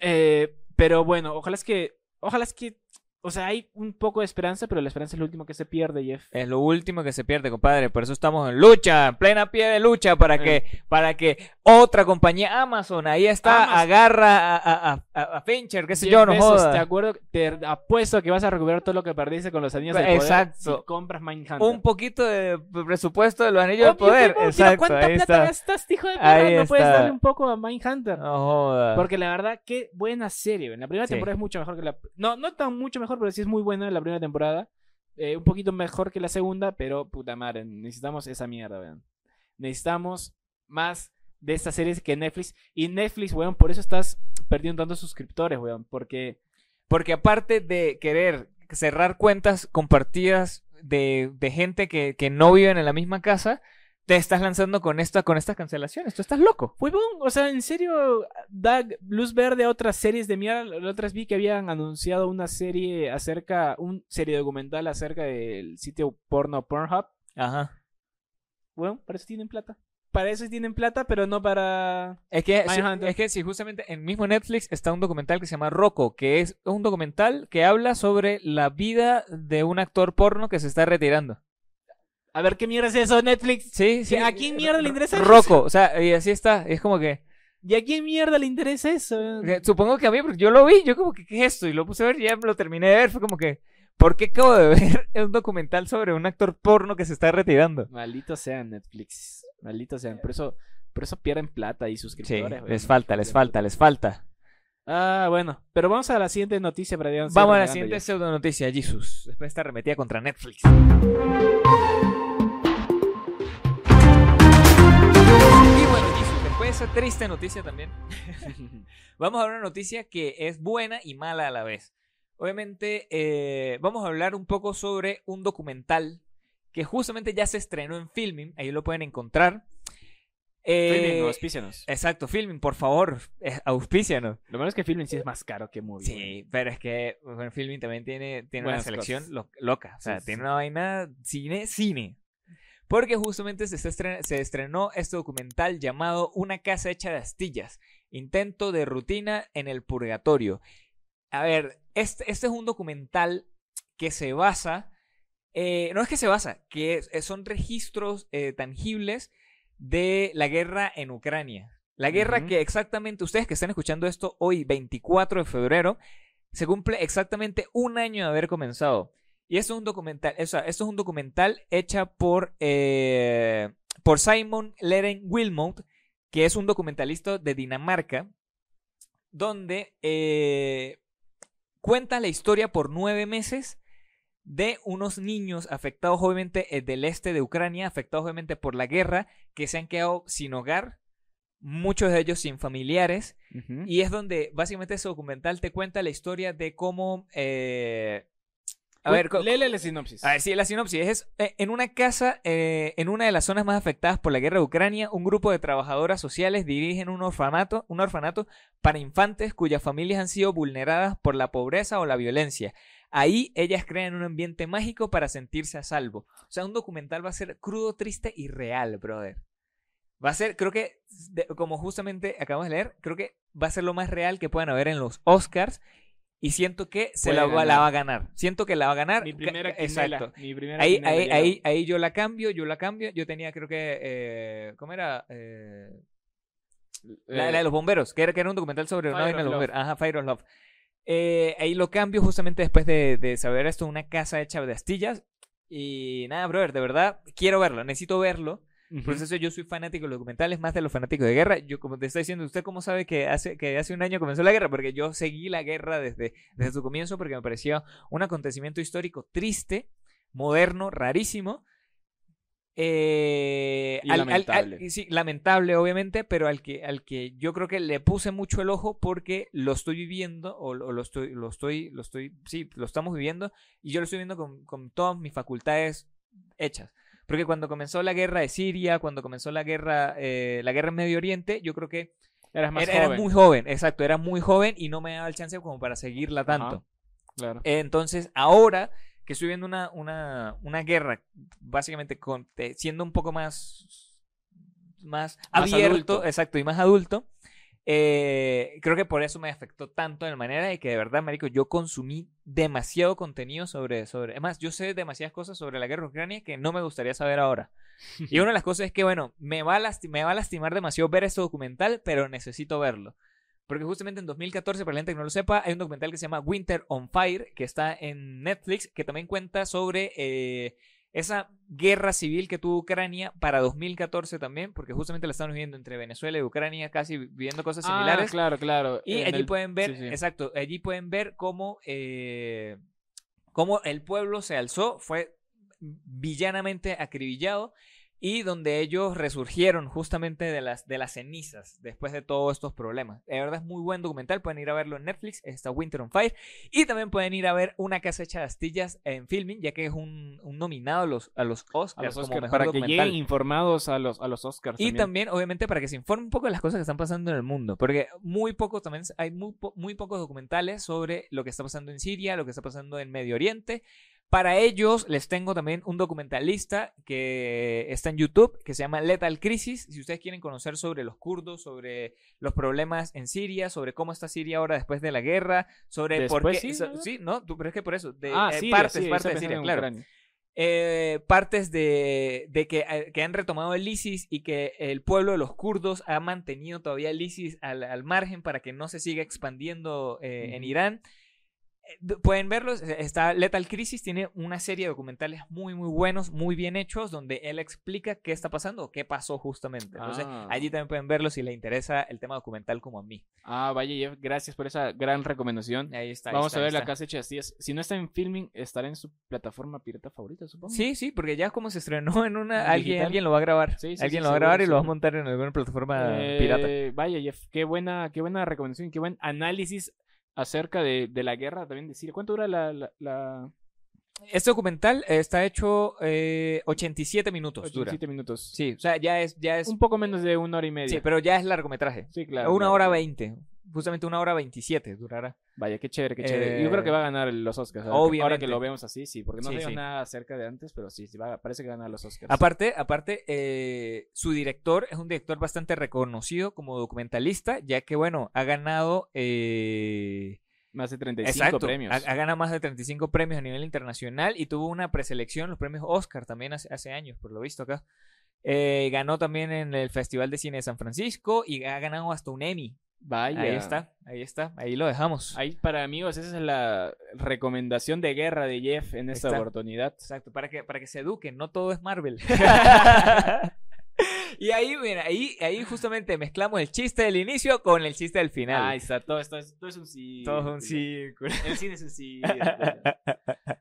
Speaker 2: Eh, pero bueno, ojalá es que, ojalá es que, o sea, hay un poco de esperanza, pero la esperanza es lo último que se pierde, Jeff.
Speaker 1: Es lo último que se pierde, compadre. Por eso estamos en lucha, en plena pie de lucha, para que, para que otra compañía, Amazon, ahí está,
Speaker 2: Amazon.
Speaker 1: agarra a, a, a- a- a Fincher, qué sé
Speaker 2: Jeff
Speaker 1: yo, no
Speaker 2: Bezos,
Speaker 1: jodas.
Speaker 2: Te acuerdo, te apuesto que vas a recuperar todo lo que perdiste con los anillos de poder
Speaker 1: Exacto.
Speaker 2: si compras Mindhunter.
Speaker 1: Un poquito de presupuesto de los anillos
Speaker 2: Obvio,
Speaker 1: de poder.
Speaker 2: huevón, mira
Speaker 1: Exacto,
Speaker 2: ¿Cuánta
Speaker 1: ahí
Speaker 2: plata
Speaker 1: está.
Speaker 2: gastaste, hijo de
Speaker 1: Ahí
Speaker 2: perra? No puedes
Speaker 1: está.
Speaker 2: darle un poco a Mindhunter.
Speaker 1: No jodas.
Speaker 2: Porque la verdad, qué buena serie. En la primera
Speaker 1: Sí.
Speaker 2: temporada es mucho mejor que la. No, no tan mucho mejor, pero sí es muy buena la primera temporada. Eh, un poquito mejor que la segunda, pero puta madre. Necesitamos esa mierda, weón. Necesitamos más de estas series que Netflix. Y Netflix, weón, por eso estás perdiendo tantos suscriptores, weón. Porque.
Speaker 1: Porque aparte de querer cerrar cuentas compartidas de, de gente que, que no viven en la misma casa, te estás lanzando con esta, con estas cancelaciones. Tú estás loco.
Speaker 2: Weón, o sea, en serio, da luz verde a otras series de mierda. La otras vi que habían anunciado una serie acerca. Un serie documental acerca del sitio porno Pornhub.
Speaker 1: Ajá.
Speaker 2: Bueno, para eso tienen plata. Para eso tienen plata, pero no para.
Speaker 1: Es que, si,
Speaker 2: Mindhunter.
Speaker 1: es que si justamente en mismo Netflix está un documental que se llama Rocco, que es un documental que habla sobre la vida de un actor porno que se está retirando.
Speaker 2: A ver qué mierda es eso, Netflix.
Speaker 1: Sí, sí.
Speaker 2: ¿A quién mierda le interesa eso?
Speaker 1: Rocco, o sea, y así está. Es como que.
Speaker 2: ¿Y a quién mierda le interesa eso?
Speaker 1: Eh, Supongo que a mí, porque yo lo vi, yo como que, ¿qué es esto? Y lo puse a ver, ya lo terminé de ver, fue como que, ¿por qué acabo de [laughs] ver un documental sobre un actor porno que se está retirando?
Speaker 2: Malditos sean Netflix. Malditos sean. Por eso, por eso pierden plata y
Speaker 1: Sí,
Speaker 2: suscriptores. weón.
Speaker 1: les falta, les falta, les falta.
Speaker 2: Ah, bueno. Pero vamos a la siguiente noticia para ya no seguir
Speaker 1: Vamos a la
Speaker 2: renegando
Speaker 1: siguiente
Speaker 2: ya.
Speaker 1: pseudo noticia, Jesus. Después está arremetida contra Netflix. Y bueno, Jesus, después de esa triste noticia también,
Speaker 2: [laughs]
Speaker 1: Vamos a ver una noticia que es buena y mala a la vez. Obviamente, eh, vamos a hablar un poco sobre un documental que justamente ya se estrenó en Filming, ahí lo pueden encontrar. Eh,
Speaker 2: Filmin, auspícianos.
Speaker 1: exacto, Filming, por favor, eh, auspícianos.
Speaker 2: Lo malo es que Filmin sí es más caro que Movie. weón.
Speaker 1: Sí, pero es que bueno, Filming también tiene, tiene una
Speaker 2: Buenas
Speaker 1: selección
Speaker 2: cosas.
Speaker 1: lo- loca, o sea,
Speaker 2: Sí, sí,
Speaker 1: tiene
Speaker 2: sí.
Speaker 1: una vaina cine, cine. Porque justamente se, está estren- se estrenó este documental llamado Una casa hecha de astillas, intento de rutina en el purgatorio. A ver, este, este es un documental que se basa, eh, no es que se basa, que es- eh, son registros eh, tangibles de la guerra en Ucrania. La guerra
Speaker 2: Ujú.
Speaker 1: que exactamente, ustedes que están escuchando esto hoy, 24 de febrero, se cumple exactamente un año de haber comenzado. Y esto es un documental, o sea, esto es un documental hecha por, eh, por Simon Leren Wilmot, que es un documentalista de Dinamarca, donde eh, cuenta la historia por nueve meses de unos niños afectados obviamente eh, del este de Ucrania, afectados obviamente por la guerra, que se han quedado sin hogar, muchos de ellos sin familiares,
Speaker 2: Ujú.
Speaker 1: y es donde básicamente ese documental te cuenta la historia de cómo... eh, a ver, co-
Speaker 2: Léele la sinopsis.
Speaker 1: a ver, sí, la sinopsis es, eh, en una casa, eh, en una de las zonas más afectadas por la guerra de Ucrania, un grupo de trabajadoras sociales dirigen un orfanato, un orfanato para infantes cuyas familias han sido vulneradas por la pobreza o la violencia. Ahí ellas crean un ambiente mágico para sentirse a salvo. O sea, un documental va a ser crudo, triste y real, brother. Va a ser, creo que, de- como justamente acabamos de leer, creo que va a ser lo más real que puedan haber en los Oscars. Y siento que se
Speaker 2: Puede
Speaker 1: la, va- la
Speaker 2: ganar.
Speaker 1: va a ganar. Siento que la va a ganar.
Speaker 2: Mi
Speaker 1: Ca-
Speaker 2: primera
Speaker 1: ca-
Speaker 2: quinela.
Speaker 1: Exacto.
Speaker 2: Mi primera
Speaker 1: Ahí,
Speaker 2: quinela
Speaker 1: ahí,
Speaker 2: llega.
Speaker 1: ahí, ahí yo la cambio, yo la cambio. Yo tenía, creo que. eh, ¿Cómo era? Eh, la,
Speaker 2: Eh,
Speaker 1: la de los bomberos, que era, que era un documental sobre una
Speaker 2: Fire
Speaker 1: vaina de
Speaker 2: of
Speaker 1: los
Speaker 2: Love.
Speaker 1: bomberos. Ajá, Fire of Love. Eh, ahí lo cambio justamente después de, de saber esto: una casa hecha de astillas. Y nada, brother, de verdad, quiero verlo, necesito verlo.
Speaker 2: Ujú.
Speaker 1: Por eso yo soy fanático de los documentales, más de los fanáticos de guerra. Yo, como te estoy diciendo, ¿usted cómo sabe que hace, que hace un año comenzó la guerra? Porque yo seguí la guerra desde, desde su comienzo porque me parecía un acontecimiento histórico triste, moderno, rarísimo. Eh,
Speaker 2: Y lamentable.
Speaker 1: y sí, lamentable, obviamente, pero al que, al que yo creo que le puse mucho el ojo porque lo estoy viviendo, o, lo- o lo estoy, lo estoy, lo estoy, sí, lo estamos viviendo, y yo lo estoy viviendo con, con todas mis facultades hechas. Porque cuando comenzó la guerra de Siria, cuando comenzó la guerra, eh, la guerra en Medio Oriente, yo creo que
Speaker 2: Eras más
Speaker 1: era, era
Speaker 2: joven.
Speaker 1: muy joven, exacto, era muy joven y no me daba el chance como para seguirla tanto.
Speaker 2: Claro.
Speaker 1: Entonces, ahora que estoy viendo una, una, una guerra, básicamente con, eh, siendo un poco más, más,
Speaker 2: Más
Speaker 1: abierto,
Speaker 2: adulto.
Speaker 1: exacto, y más adulto, eh, creo que por eso me afectó tanto de manera de que de verdad, marico, yo consumí demasiado contenido sobre, sobre... Es más, yo sé demasiadas cosas sobre la guerra de Ucrania que no me gustaría saber ahora. Y una de las cosas es que, bueno, me va a, lasti- me va a lastimar demasiado ver este documental, pero necesito verlo. Porque justamente en 2014, para la gente que no lo sepa, hay un documental que se llama Winter on Fire, que está en Netflix, que también cuenta sobre eh, esa guerra civil que tuvo Ucrania para 2014 también, porque justamente la estamos viviendo entre Venezuela y Ucrania, casi viviendo cosas
Speaker 2: Ah,
Speaker 1: similares.
Speaker 2: claro, claro.
Speaker 1: Y
Speaker 2: En
Speaker 1: allí
Speaker 2: el-
Speaker 1: pueden ver,
Speaker 2: sí, sí.
Speaker 1: exacto, allí pueden ver cómo, eh, cómo el pueblo se alzó, fue villanamente acribillado y donde ellos resurgieron justamente de las, de las cenizas después de todos estos problemas. De verdad es muy buen documental, pueden ir a verlo en Netflix, está Winter on Fire, y también pueden ir a ver Una casa hecha de astillas en filming, ya que es un, un nominado a los, a los
Speaker 2: a
Speaker 1: Oscars
Speaker 2: los
Speaker 1: como
Speaker 2: Oscars,
Speaker 1: mejor
Speaker 2: para que
Speaker 1: documental.
Speaker 2: lleguen informados a los, a los Oscars.
Speaker 1: Y también. obviamente, para que se informe un poco de las cosas que están pasando en el mundo. Porque muy poco también hay muy, po- muy pocos documentales sobre lo que está pasando en Siria, lo que está pasando en Medio Oriente. Para ellos les tengo también un documentalista que está en YouTube que se llama Lethal Crisis. Si ustedes quieren conocer sobre los kurdos, sobre los problemas en Siria, sobre cómo está Siria ahora después de la guerra, sobre por
Speaker 2: Después
Speaker 1: qué...
Speaker 2: sí,
Speaker 1: so-
Speaker 2: ¿no?
Speaker 1: sí, ¿no? Tú- pero es que por eso, de
Speaker 2: ah,
Speaker 1: eh,
Speaker 2: sí,
Speaker 1: partes, partes de Siria, claro eh, partes de, de que, eh, que han retomado el ISIS y que el pueblo de los kurdos ha mantenido todavía el ISIS al, al margen para que no se siga expandiendo eh, en
Speaker 2: Ujú.
Speaker 1: Irán. Eh, d- Pueden verlos, eh, está Lethal Crisis, tiene una serie de documentales muy muy buenos, muy bien hechos, donde él explica qué está pasando o qué pasó justamente. Entonces,
Speaker 2: Ah.
Speaker 1: allí también pueden verlo si les interesa el tema documental como a mí.
Speaker 2: Ah, vaya, Jeff, gracias por esa gran recomendación.
Speaker 1: Ahí está. ahí
Speaker 2: Vamos
Speaker 1: está,
Speaker 2: a
Speaker 1: ahí
Speaker 2: ver la
Speaker 1: está.
Speaker 2: casa hecha de astillas. Si no está en filming, estará en su plataforma pirata favorita, supongo.
Speaker 1: Sí, sí, porque ya como se estrenó en una,
Speaker 2: Ah,
Speaker 1: alguien,
Speaker 2: digital.
Speaker 1: alguien lo va a grabar.
Speaker 2: Sí, sí,
Speaker 1: alguien
Speaker 2: sí,
Speaker 1: lo va a
Speaker 2: seguro,
Speaker 1: grabar y lo va a
Speaker 2: seguro.
Speaker 1: montar en alguna plataforma
Speaker 2: Eh,
Speaker 1: Ah, pirata.
Speaker 2: Vaya, Jeff, qué buena, qué buena recomendación, qué buen análisis acerca de, de la guerra también de Siria. ¿Cuánto dura la, la, la-
Speaker 1: Este documental eh, está hecho eh, 87 minutos dura.
Speaker 2: 87 minutos?
Speaker 1: Sí, o sea, ya es, ya es,
Speaker 2: Un poco menos de una hora y media.
Speaker 1: sí, pero ya es largometraje.
Speaker 2: Sí, claro.
Speaker 1: una
Speaker 2: claro,
Speaker 1: hora
Speaker 2: claro.
Speaker 1: 20, justamente una hora 27 durará.
Speaker 2: Vaya, qué chévere, qué chévere. Yo
Speaker 1: Eh,
Speaker 2: creo que va a ganar los Oscars. ¿eh? ahora que- Ahora que
Speaker 1: obviamente.
Speaker 2: lo vemos así, sí, porque no
Speaker 1: Sí,
Speaker 2: se
Speaker 1: sí.
Speaker 2: nada acerca de antes, pero sí, sí va- parece que va a ganar los Oscars.
Speaker 1: Aparte, aparte, eh, su director es un director bastante reconocido como documentalista, ya que bueno, ha ganado eh,
Speaker 2: Más de 35 premios.
Speaker 1: Ha, ha ganado más de 35 premios a nivel internacional y tuvo una preselección, los premios Oscar también hace, hace años, por lo visto acá. Eh, ganó también en el Festival de Cine de San Francisco y ha ganado hasta un Emmy.
Speaker 2: Vaya.
Speaker 1: Ahí está, ahí está, ahí lo dejamos.
Speaker 2: Ahí para amigos, esa es la recomendación de guerra de Jeff en esta
Speaker 1: Está.
Speaker 2: oportunidad.
Speaker 1: Exacto, para que, para que se eduquen, no todo es [laughs] Marvel. y ahí, mira, ahí, ahí justamente mezclamos el chiste del inicio con el chiste del final.
Speaker 2: Ahí está, todo, esto es- todo es un sí.
Speaker 1: Todo es un círculo.
Speaker 2: El cine es un sí.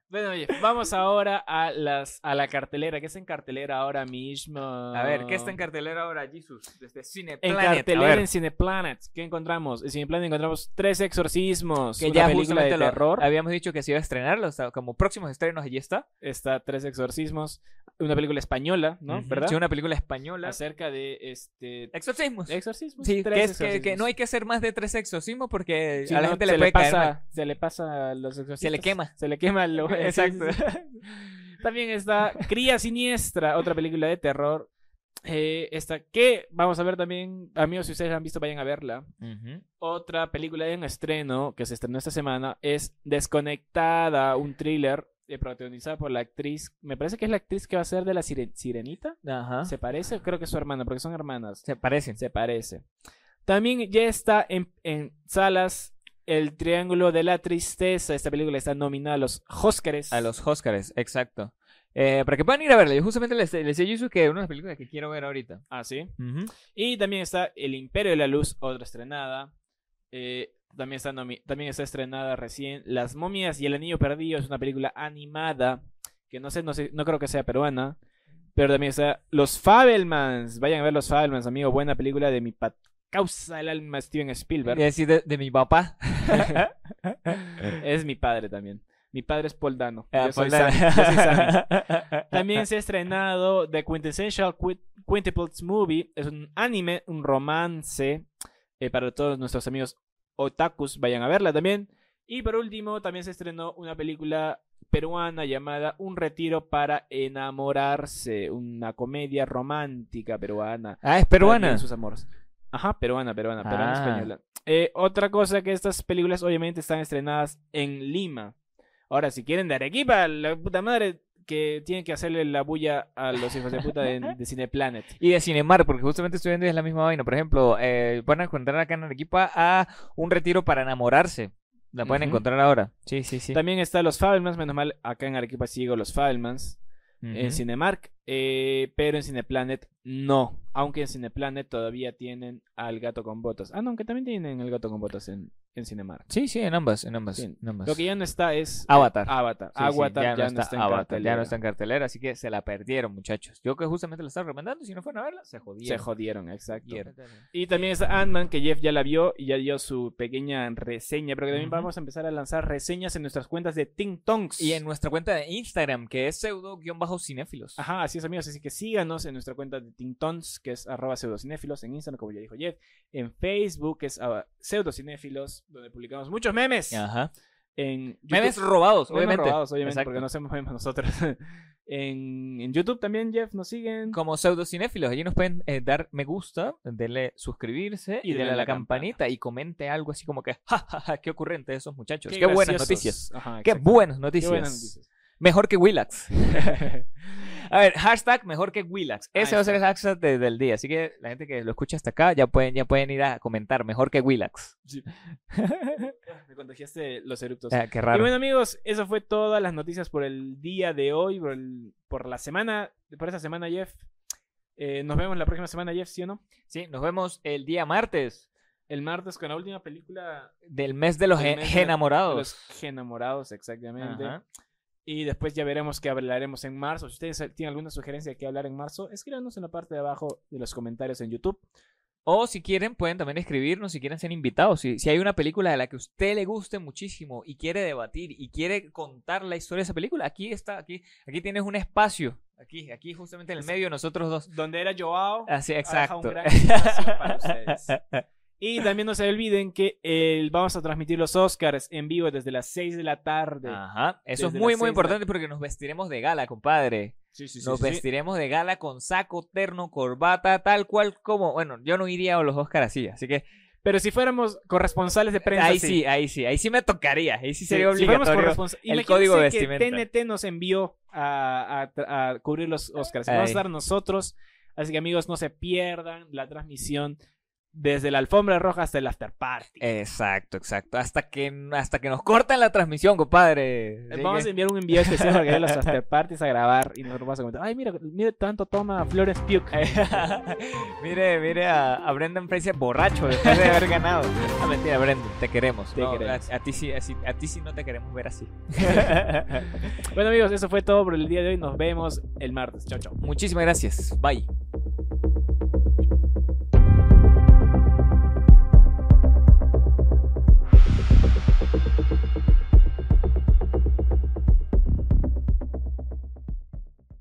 Speaker 2: bueno, oye, vamos ahora a, las, a la cartelera. ¿Qué es en cartelera ahora mismo?
Speaker 1: [laughs] A ver, ¿qué está en cartelera ahora, Jesus? Desde
Speaker 2: En
Speaker 1: Cineplanet. a ver.
Speaker 2: cartelera en Cineplanet. ¿Qué encontramos? En Cineplanet encontramos tres exorcismos.
Speaker 1: que
Speaker 2: una
Speaker 1: ya
Speaker 2: película
Speaker 1: justamente
Speaker 2: de
Speaker 1: lo-
Speaker 2: terror.
Speaker 1: habíamos dicho que se iba a estrenar, o sea, como próximos estrenos allí está,
Speaker 2: Está tres exorcismos. Una película española, ¿no?
Speaker 1: Ujú.
Speaker 2: ¿Verdad?
Speaker 1: Sí, una película española.
Speaker 2: Acerca de este.
Speaker 1: Exorcismos.
Speaker 2: Exorcismos.
Speaker 1: Sí,
Speaker 2: tres
Speaker 1: que, es que- que,
Speaker 2: exorcismos.
Speaker 1: no hay que hacer más de tres exorcismos porque
Speaker 2: Sí,
Speaker 1: a la
Speaker 2: no,
Speaker 1: gente
Speaker 2: se
Speaker 1: le puede caer
Speaker 2: pasa,
Speaker 1: mal.
Speaker 2: Se le pasa a los exorcistas.
Speaker 1: Se le quema.
Speaker 2: Se le quema lo
Speaker 1: Exacto.
Speaker 2: [laughs] También está Cría Siniestra, otra película de terror. Eh, esta que vamos a ver también, amigos, si ustedes la han visto, vayan a verla. Otra película de un estreno que se estrenó esta semana es Desconectada, un thriller eh, protagonizada por la actriz, me parece que es la actriz que va a ser de la Sire- Sirenita.
Speaker 1: Ajá.
Speaker 2: ¿Se parece? Creo que es su hermana, porque son hermanas.
Speaker 1: Se parecen.
Speaker 2: Se parece. También ya está en, en salas El Triángulo de la Tristeza. Esta película está nominada a los Óscares.
Speaker 1: A los Óscares, exacto. Eh, para que puedan ir a verla. Yo justamente les, les decía a Yusu que es una de las películas que quiero ver ahorita.
Speaker 2: Ah, sí. Y también está El Imperio de la Luz, otra estrenada. Eh, también, está nomi- también está estrenada recién Las momias y el anillo perdido. Es una película animada que no sé, no sé, no creo que sea peruana. Pero también está Los Fabelmans. Vayan a ver Los Fabelmans, amigo. Buena película de mi pat- causa el alma Steven Spielberg.
Speaker 1: Y decir de, de mi papá.
Speaker 2: es mi padre también. Mi padre es Poldano.
Speaker 1: Ah,
Speaker 2: yo, soy
Speaker 1: Poldano. [laughs]
Speaker 2: Sammy, yo soy Sammy. También se ha estrenado The Quintessential Quint- Quintuplets Movie. Es un anime, un romance eh, para todos nuestros amigos otakus. Vayan a verla también. Y por último, también se estrenó una película peruana llamada Un retiro para enamorarse. Una comedia romántica peruana.
Speaker 1: ah, es
Speaker 2: Para
Speaker 1: peruana.
Speaker 2: vivir Sus amores. Ajá, peruana, peruana, peruana
Speaker 1: Ah.
Speaker 2: española. Eh, otra cosa que estas películas obviamente están estrenadas en Lima. Ahora, si quieren de Arequipa, la puta madre que tienen que hacerle la bulla a los hijos de
Speaker 1: [laughs]
Speaker 2: puta de, de Cineplanet.
Speaker 1: Y de Cinemar, porque justamente estoy viendo y es la misma vaina. Por ejemplo, eh, van a encontrar acá en Arequipa a un retiro para enamorarse. La pueden
Speaker 2: Ujú.
Speaker 1: encontrar ahora. Sí, sí, sí.
Speaker 2: También está Los Fabelmans, menos mal, acá en Arequipa sí llegó Los Fabelmans.
Speaker 1: Ujú.
Speaker 2: en Cinemark, eh, pero en Cineplanet no. Aunque en Cineplanet todavía tienen al gato con botas. Ah, no, aunque también tienen el gato con botas en, en Cinemark.
Speaker 1: Sí, sí, en ambas, en ambas.
Speaker 2: Sí.
Speaker 1: en ambas.
Speaker 2: Lo que ya no está es
Speaker 1: Avatar.
Speaker 2: Avatar.
Speaker 1: Sí, sí,
Speaker 2: Avatar ya, no está, en
Speaker 1: Ah, Avatar,
Speaker 2: cartelera.
Speaker 1: ya no está en cartelera, así que se la perdieron, muchachos. Yo que justamente la estaba recomendando, si no fueron a verla, se
Speaker 2: Se
Speaker 1: jodieron.
Speaker 2: jodieron, exacto.
Speaker 1: jodieron.
Speaker 2: Y también está Ant-Man, que Jeff ya la vio y ya dio su pequeña reseña. Pero que también
Speaker 1: Ujú.
Speaker 2: vamos a empezar a lanzar reseñas en nuestras cuentas de Ting Tongs.
Speaker 1: Y en nuestra cuenta de Instagram, que es pseudo-cinéfilos.
Speaker 2: Ajá, así es, amigos. Así que síganos en nuestra cuenta de Tintons, que es arroba pseudocinéfilos, en Instagram, como ya dijo Jeff, en Facebook, que es ah, pseudocinéfilos, donde publicamos muchos memes.
Speaker 1: Ajá.
Speaker 2: En YouTube,
Speaker 1: Memes robados,
Speaker 2: memes
Speaker 1: obviamente.
Speaker 2: robados, obviamente,
Speaker 1: Exacto.
Speaker 2: porque no hacemos memes nosotros. [laughs] en, en YouTube también, Jeff, nos siguen.
Speaker 1: Como pseudocinéfilos, allí nos pueden eh, dar me gusta, denle suscribirse y,
Speaker 2: Y
Speaker 1: denle a
Speaker 2: denle
Speaker 1: la
Speaker 2: la campana.
Speaker 1: campanita y comente algo así como que, ja, ja, ja, qué ocurrente de esos muchachos. Qué,
Speaker 2: graciosos.
Speaker 1: buenas noticias.
Speaker 2: Ajá,
Speaker 1: Qué
Speaker 2: exacto.
Speaker 1: buenas noticias.
Speaker 2: Qué buenas noticias.
Speaker 1: Mejor que Willax. [laughs] A ver, hashtag mejor que Willax.
Speaker 2: Ahí
Speaker 1: Ese va a ser el
Speaker 2: está.
Speaker 1: hashtag de- del día. Así que la gente que lo escucha hasta acá ya pueden, ya pueden ir a comentar mejor que Willax.
Speaker 2: Me contagiaste los eructos.
Speaker 1: Ah, qué
Speaker 2: Y
Speaker 1: raro.
Speaker 2: bueno, amigos, eso fue todas las noticias por el día de hoy, por, el- por la semana, por esta semana, Jeff. Eh, nos vemos la próxima semana, Jeff, ¿sí o no?
Speaker 1: Sí, nos vemos el día martes
Speaker 2: El martes con la última película
Speaker 1: del mes de los
Speaker 2: Del
Speaker 1: e-
Speaker 2: mes de la- de
Speaker 1: enamorados.
Speaker 2: los enamorados, exactamente.
Speaker 1: Ajá.
Speaker 2: Y después ya veremos qué hablaremos en marzo. Si ustedes tienen alguna sugerencia de qué hablar en marzo, escríbanos en la parte de abajo de los comentarios en YouTube.
Speaker 1: O si quieren, pueden también escribirnos, si quieren ser invitados. Si, si hay una película de la que a usted le guste muchísimo y quiere debatir y quiere contar la historia de esa película, aquí está, aquí, aquí tienes un espacio. Aquí, aquí justamente en el
Speaker 2: Es-
Speaker 1: medio de nosotros dos.
Speaker 2: Donde era Joao.
Speaker 1: Así,
Speaker 2: deja un
Speaker 1: exacto.
Speaker 2: gran espacio para ustedes. [laughs] Y también no se olviden que el- vamos a transmitir los Oscars en vivo desde las 6 de la tarde.
Speaker 1: Ajá. Eso es
Speaker 2: Desde
Speaker 1: muy,
Speaker 2: las
Speaker 1: muy
Speaker 2: seis
Speaker 1: importante porque nos vestiremos de gala, compadre.
Speaker 2: Sí, sí, sí,
Speaker 1: Nos
Speaker 2: sí, sí.
Speaker 1: vestiremos de gala con saco, terno, corbata, tal cual como. Bueno, yo no iría a los Oscar así, así que
Speaker 2: Pero si fuéramos corresponsales de prensa,
Speaker 1: ahí sí. ahí sí, ahí sí me tocaría. Ahí sí
Speaker 2: Sí,
Speaker 1: sería
Speaker 2: si fuéramos
Speaker 1: obligatorio.
Speaker 2: correspons-
Speaker 1: el
Speaker 2: Imagínense
Speaker 1: código
Speaker 2: que
Speaker 1: vestimenta.
Speaker 2: TNT nos envió a, a- a cubrir los Oscars. Vamos a
Speaker 1: Ay.
Speaker 2: estar nosotros. Así que amigos, no se pierdan la transmisión desde la alfombra roja hasta el after party.
Speaker 1: Eh, Exacto, exacto. Hasta que, hasta que nos cortan la transmisión, compadre. Así
Speaker 2: Eh, Vamos a
Speaker 1: que-
Speaker 2: enviar un envío especial para que vayan a
Speaker 1: [laughs]
Speaker 2: los after parties a grabar y nos vamos a comentar. Ay, mira, mira tanto toma Flores Pugh.
Speaker 1: [laughs] mire, mire a, a Brendan Fraser borracho después de haber ganado.
Speaker 2: [laughs]
Speaker 1: No, mentira, Brendan, te queremos.
Speaker 2: Te
Speaker 1: No,
Speaker 2: queremos.
Speaker 1: A, a ti sí, a, sí- a ti sí no te queremos ver así.
Speaker 2: bueno amigos, eso fue todo por el día de hoy. Nos vemos el martes. Chao, chao.
Speaker 1: Muchísimas gracias. Bye.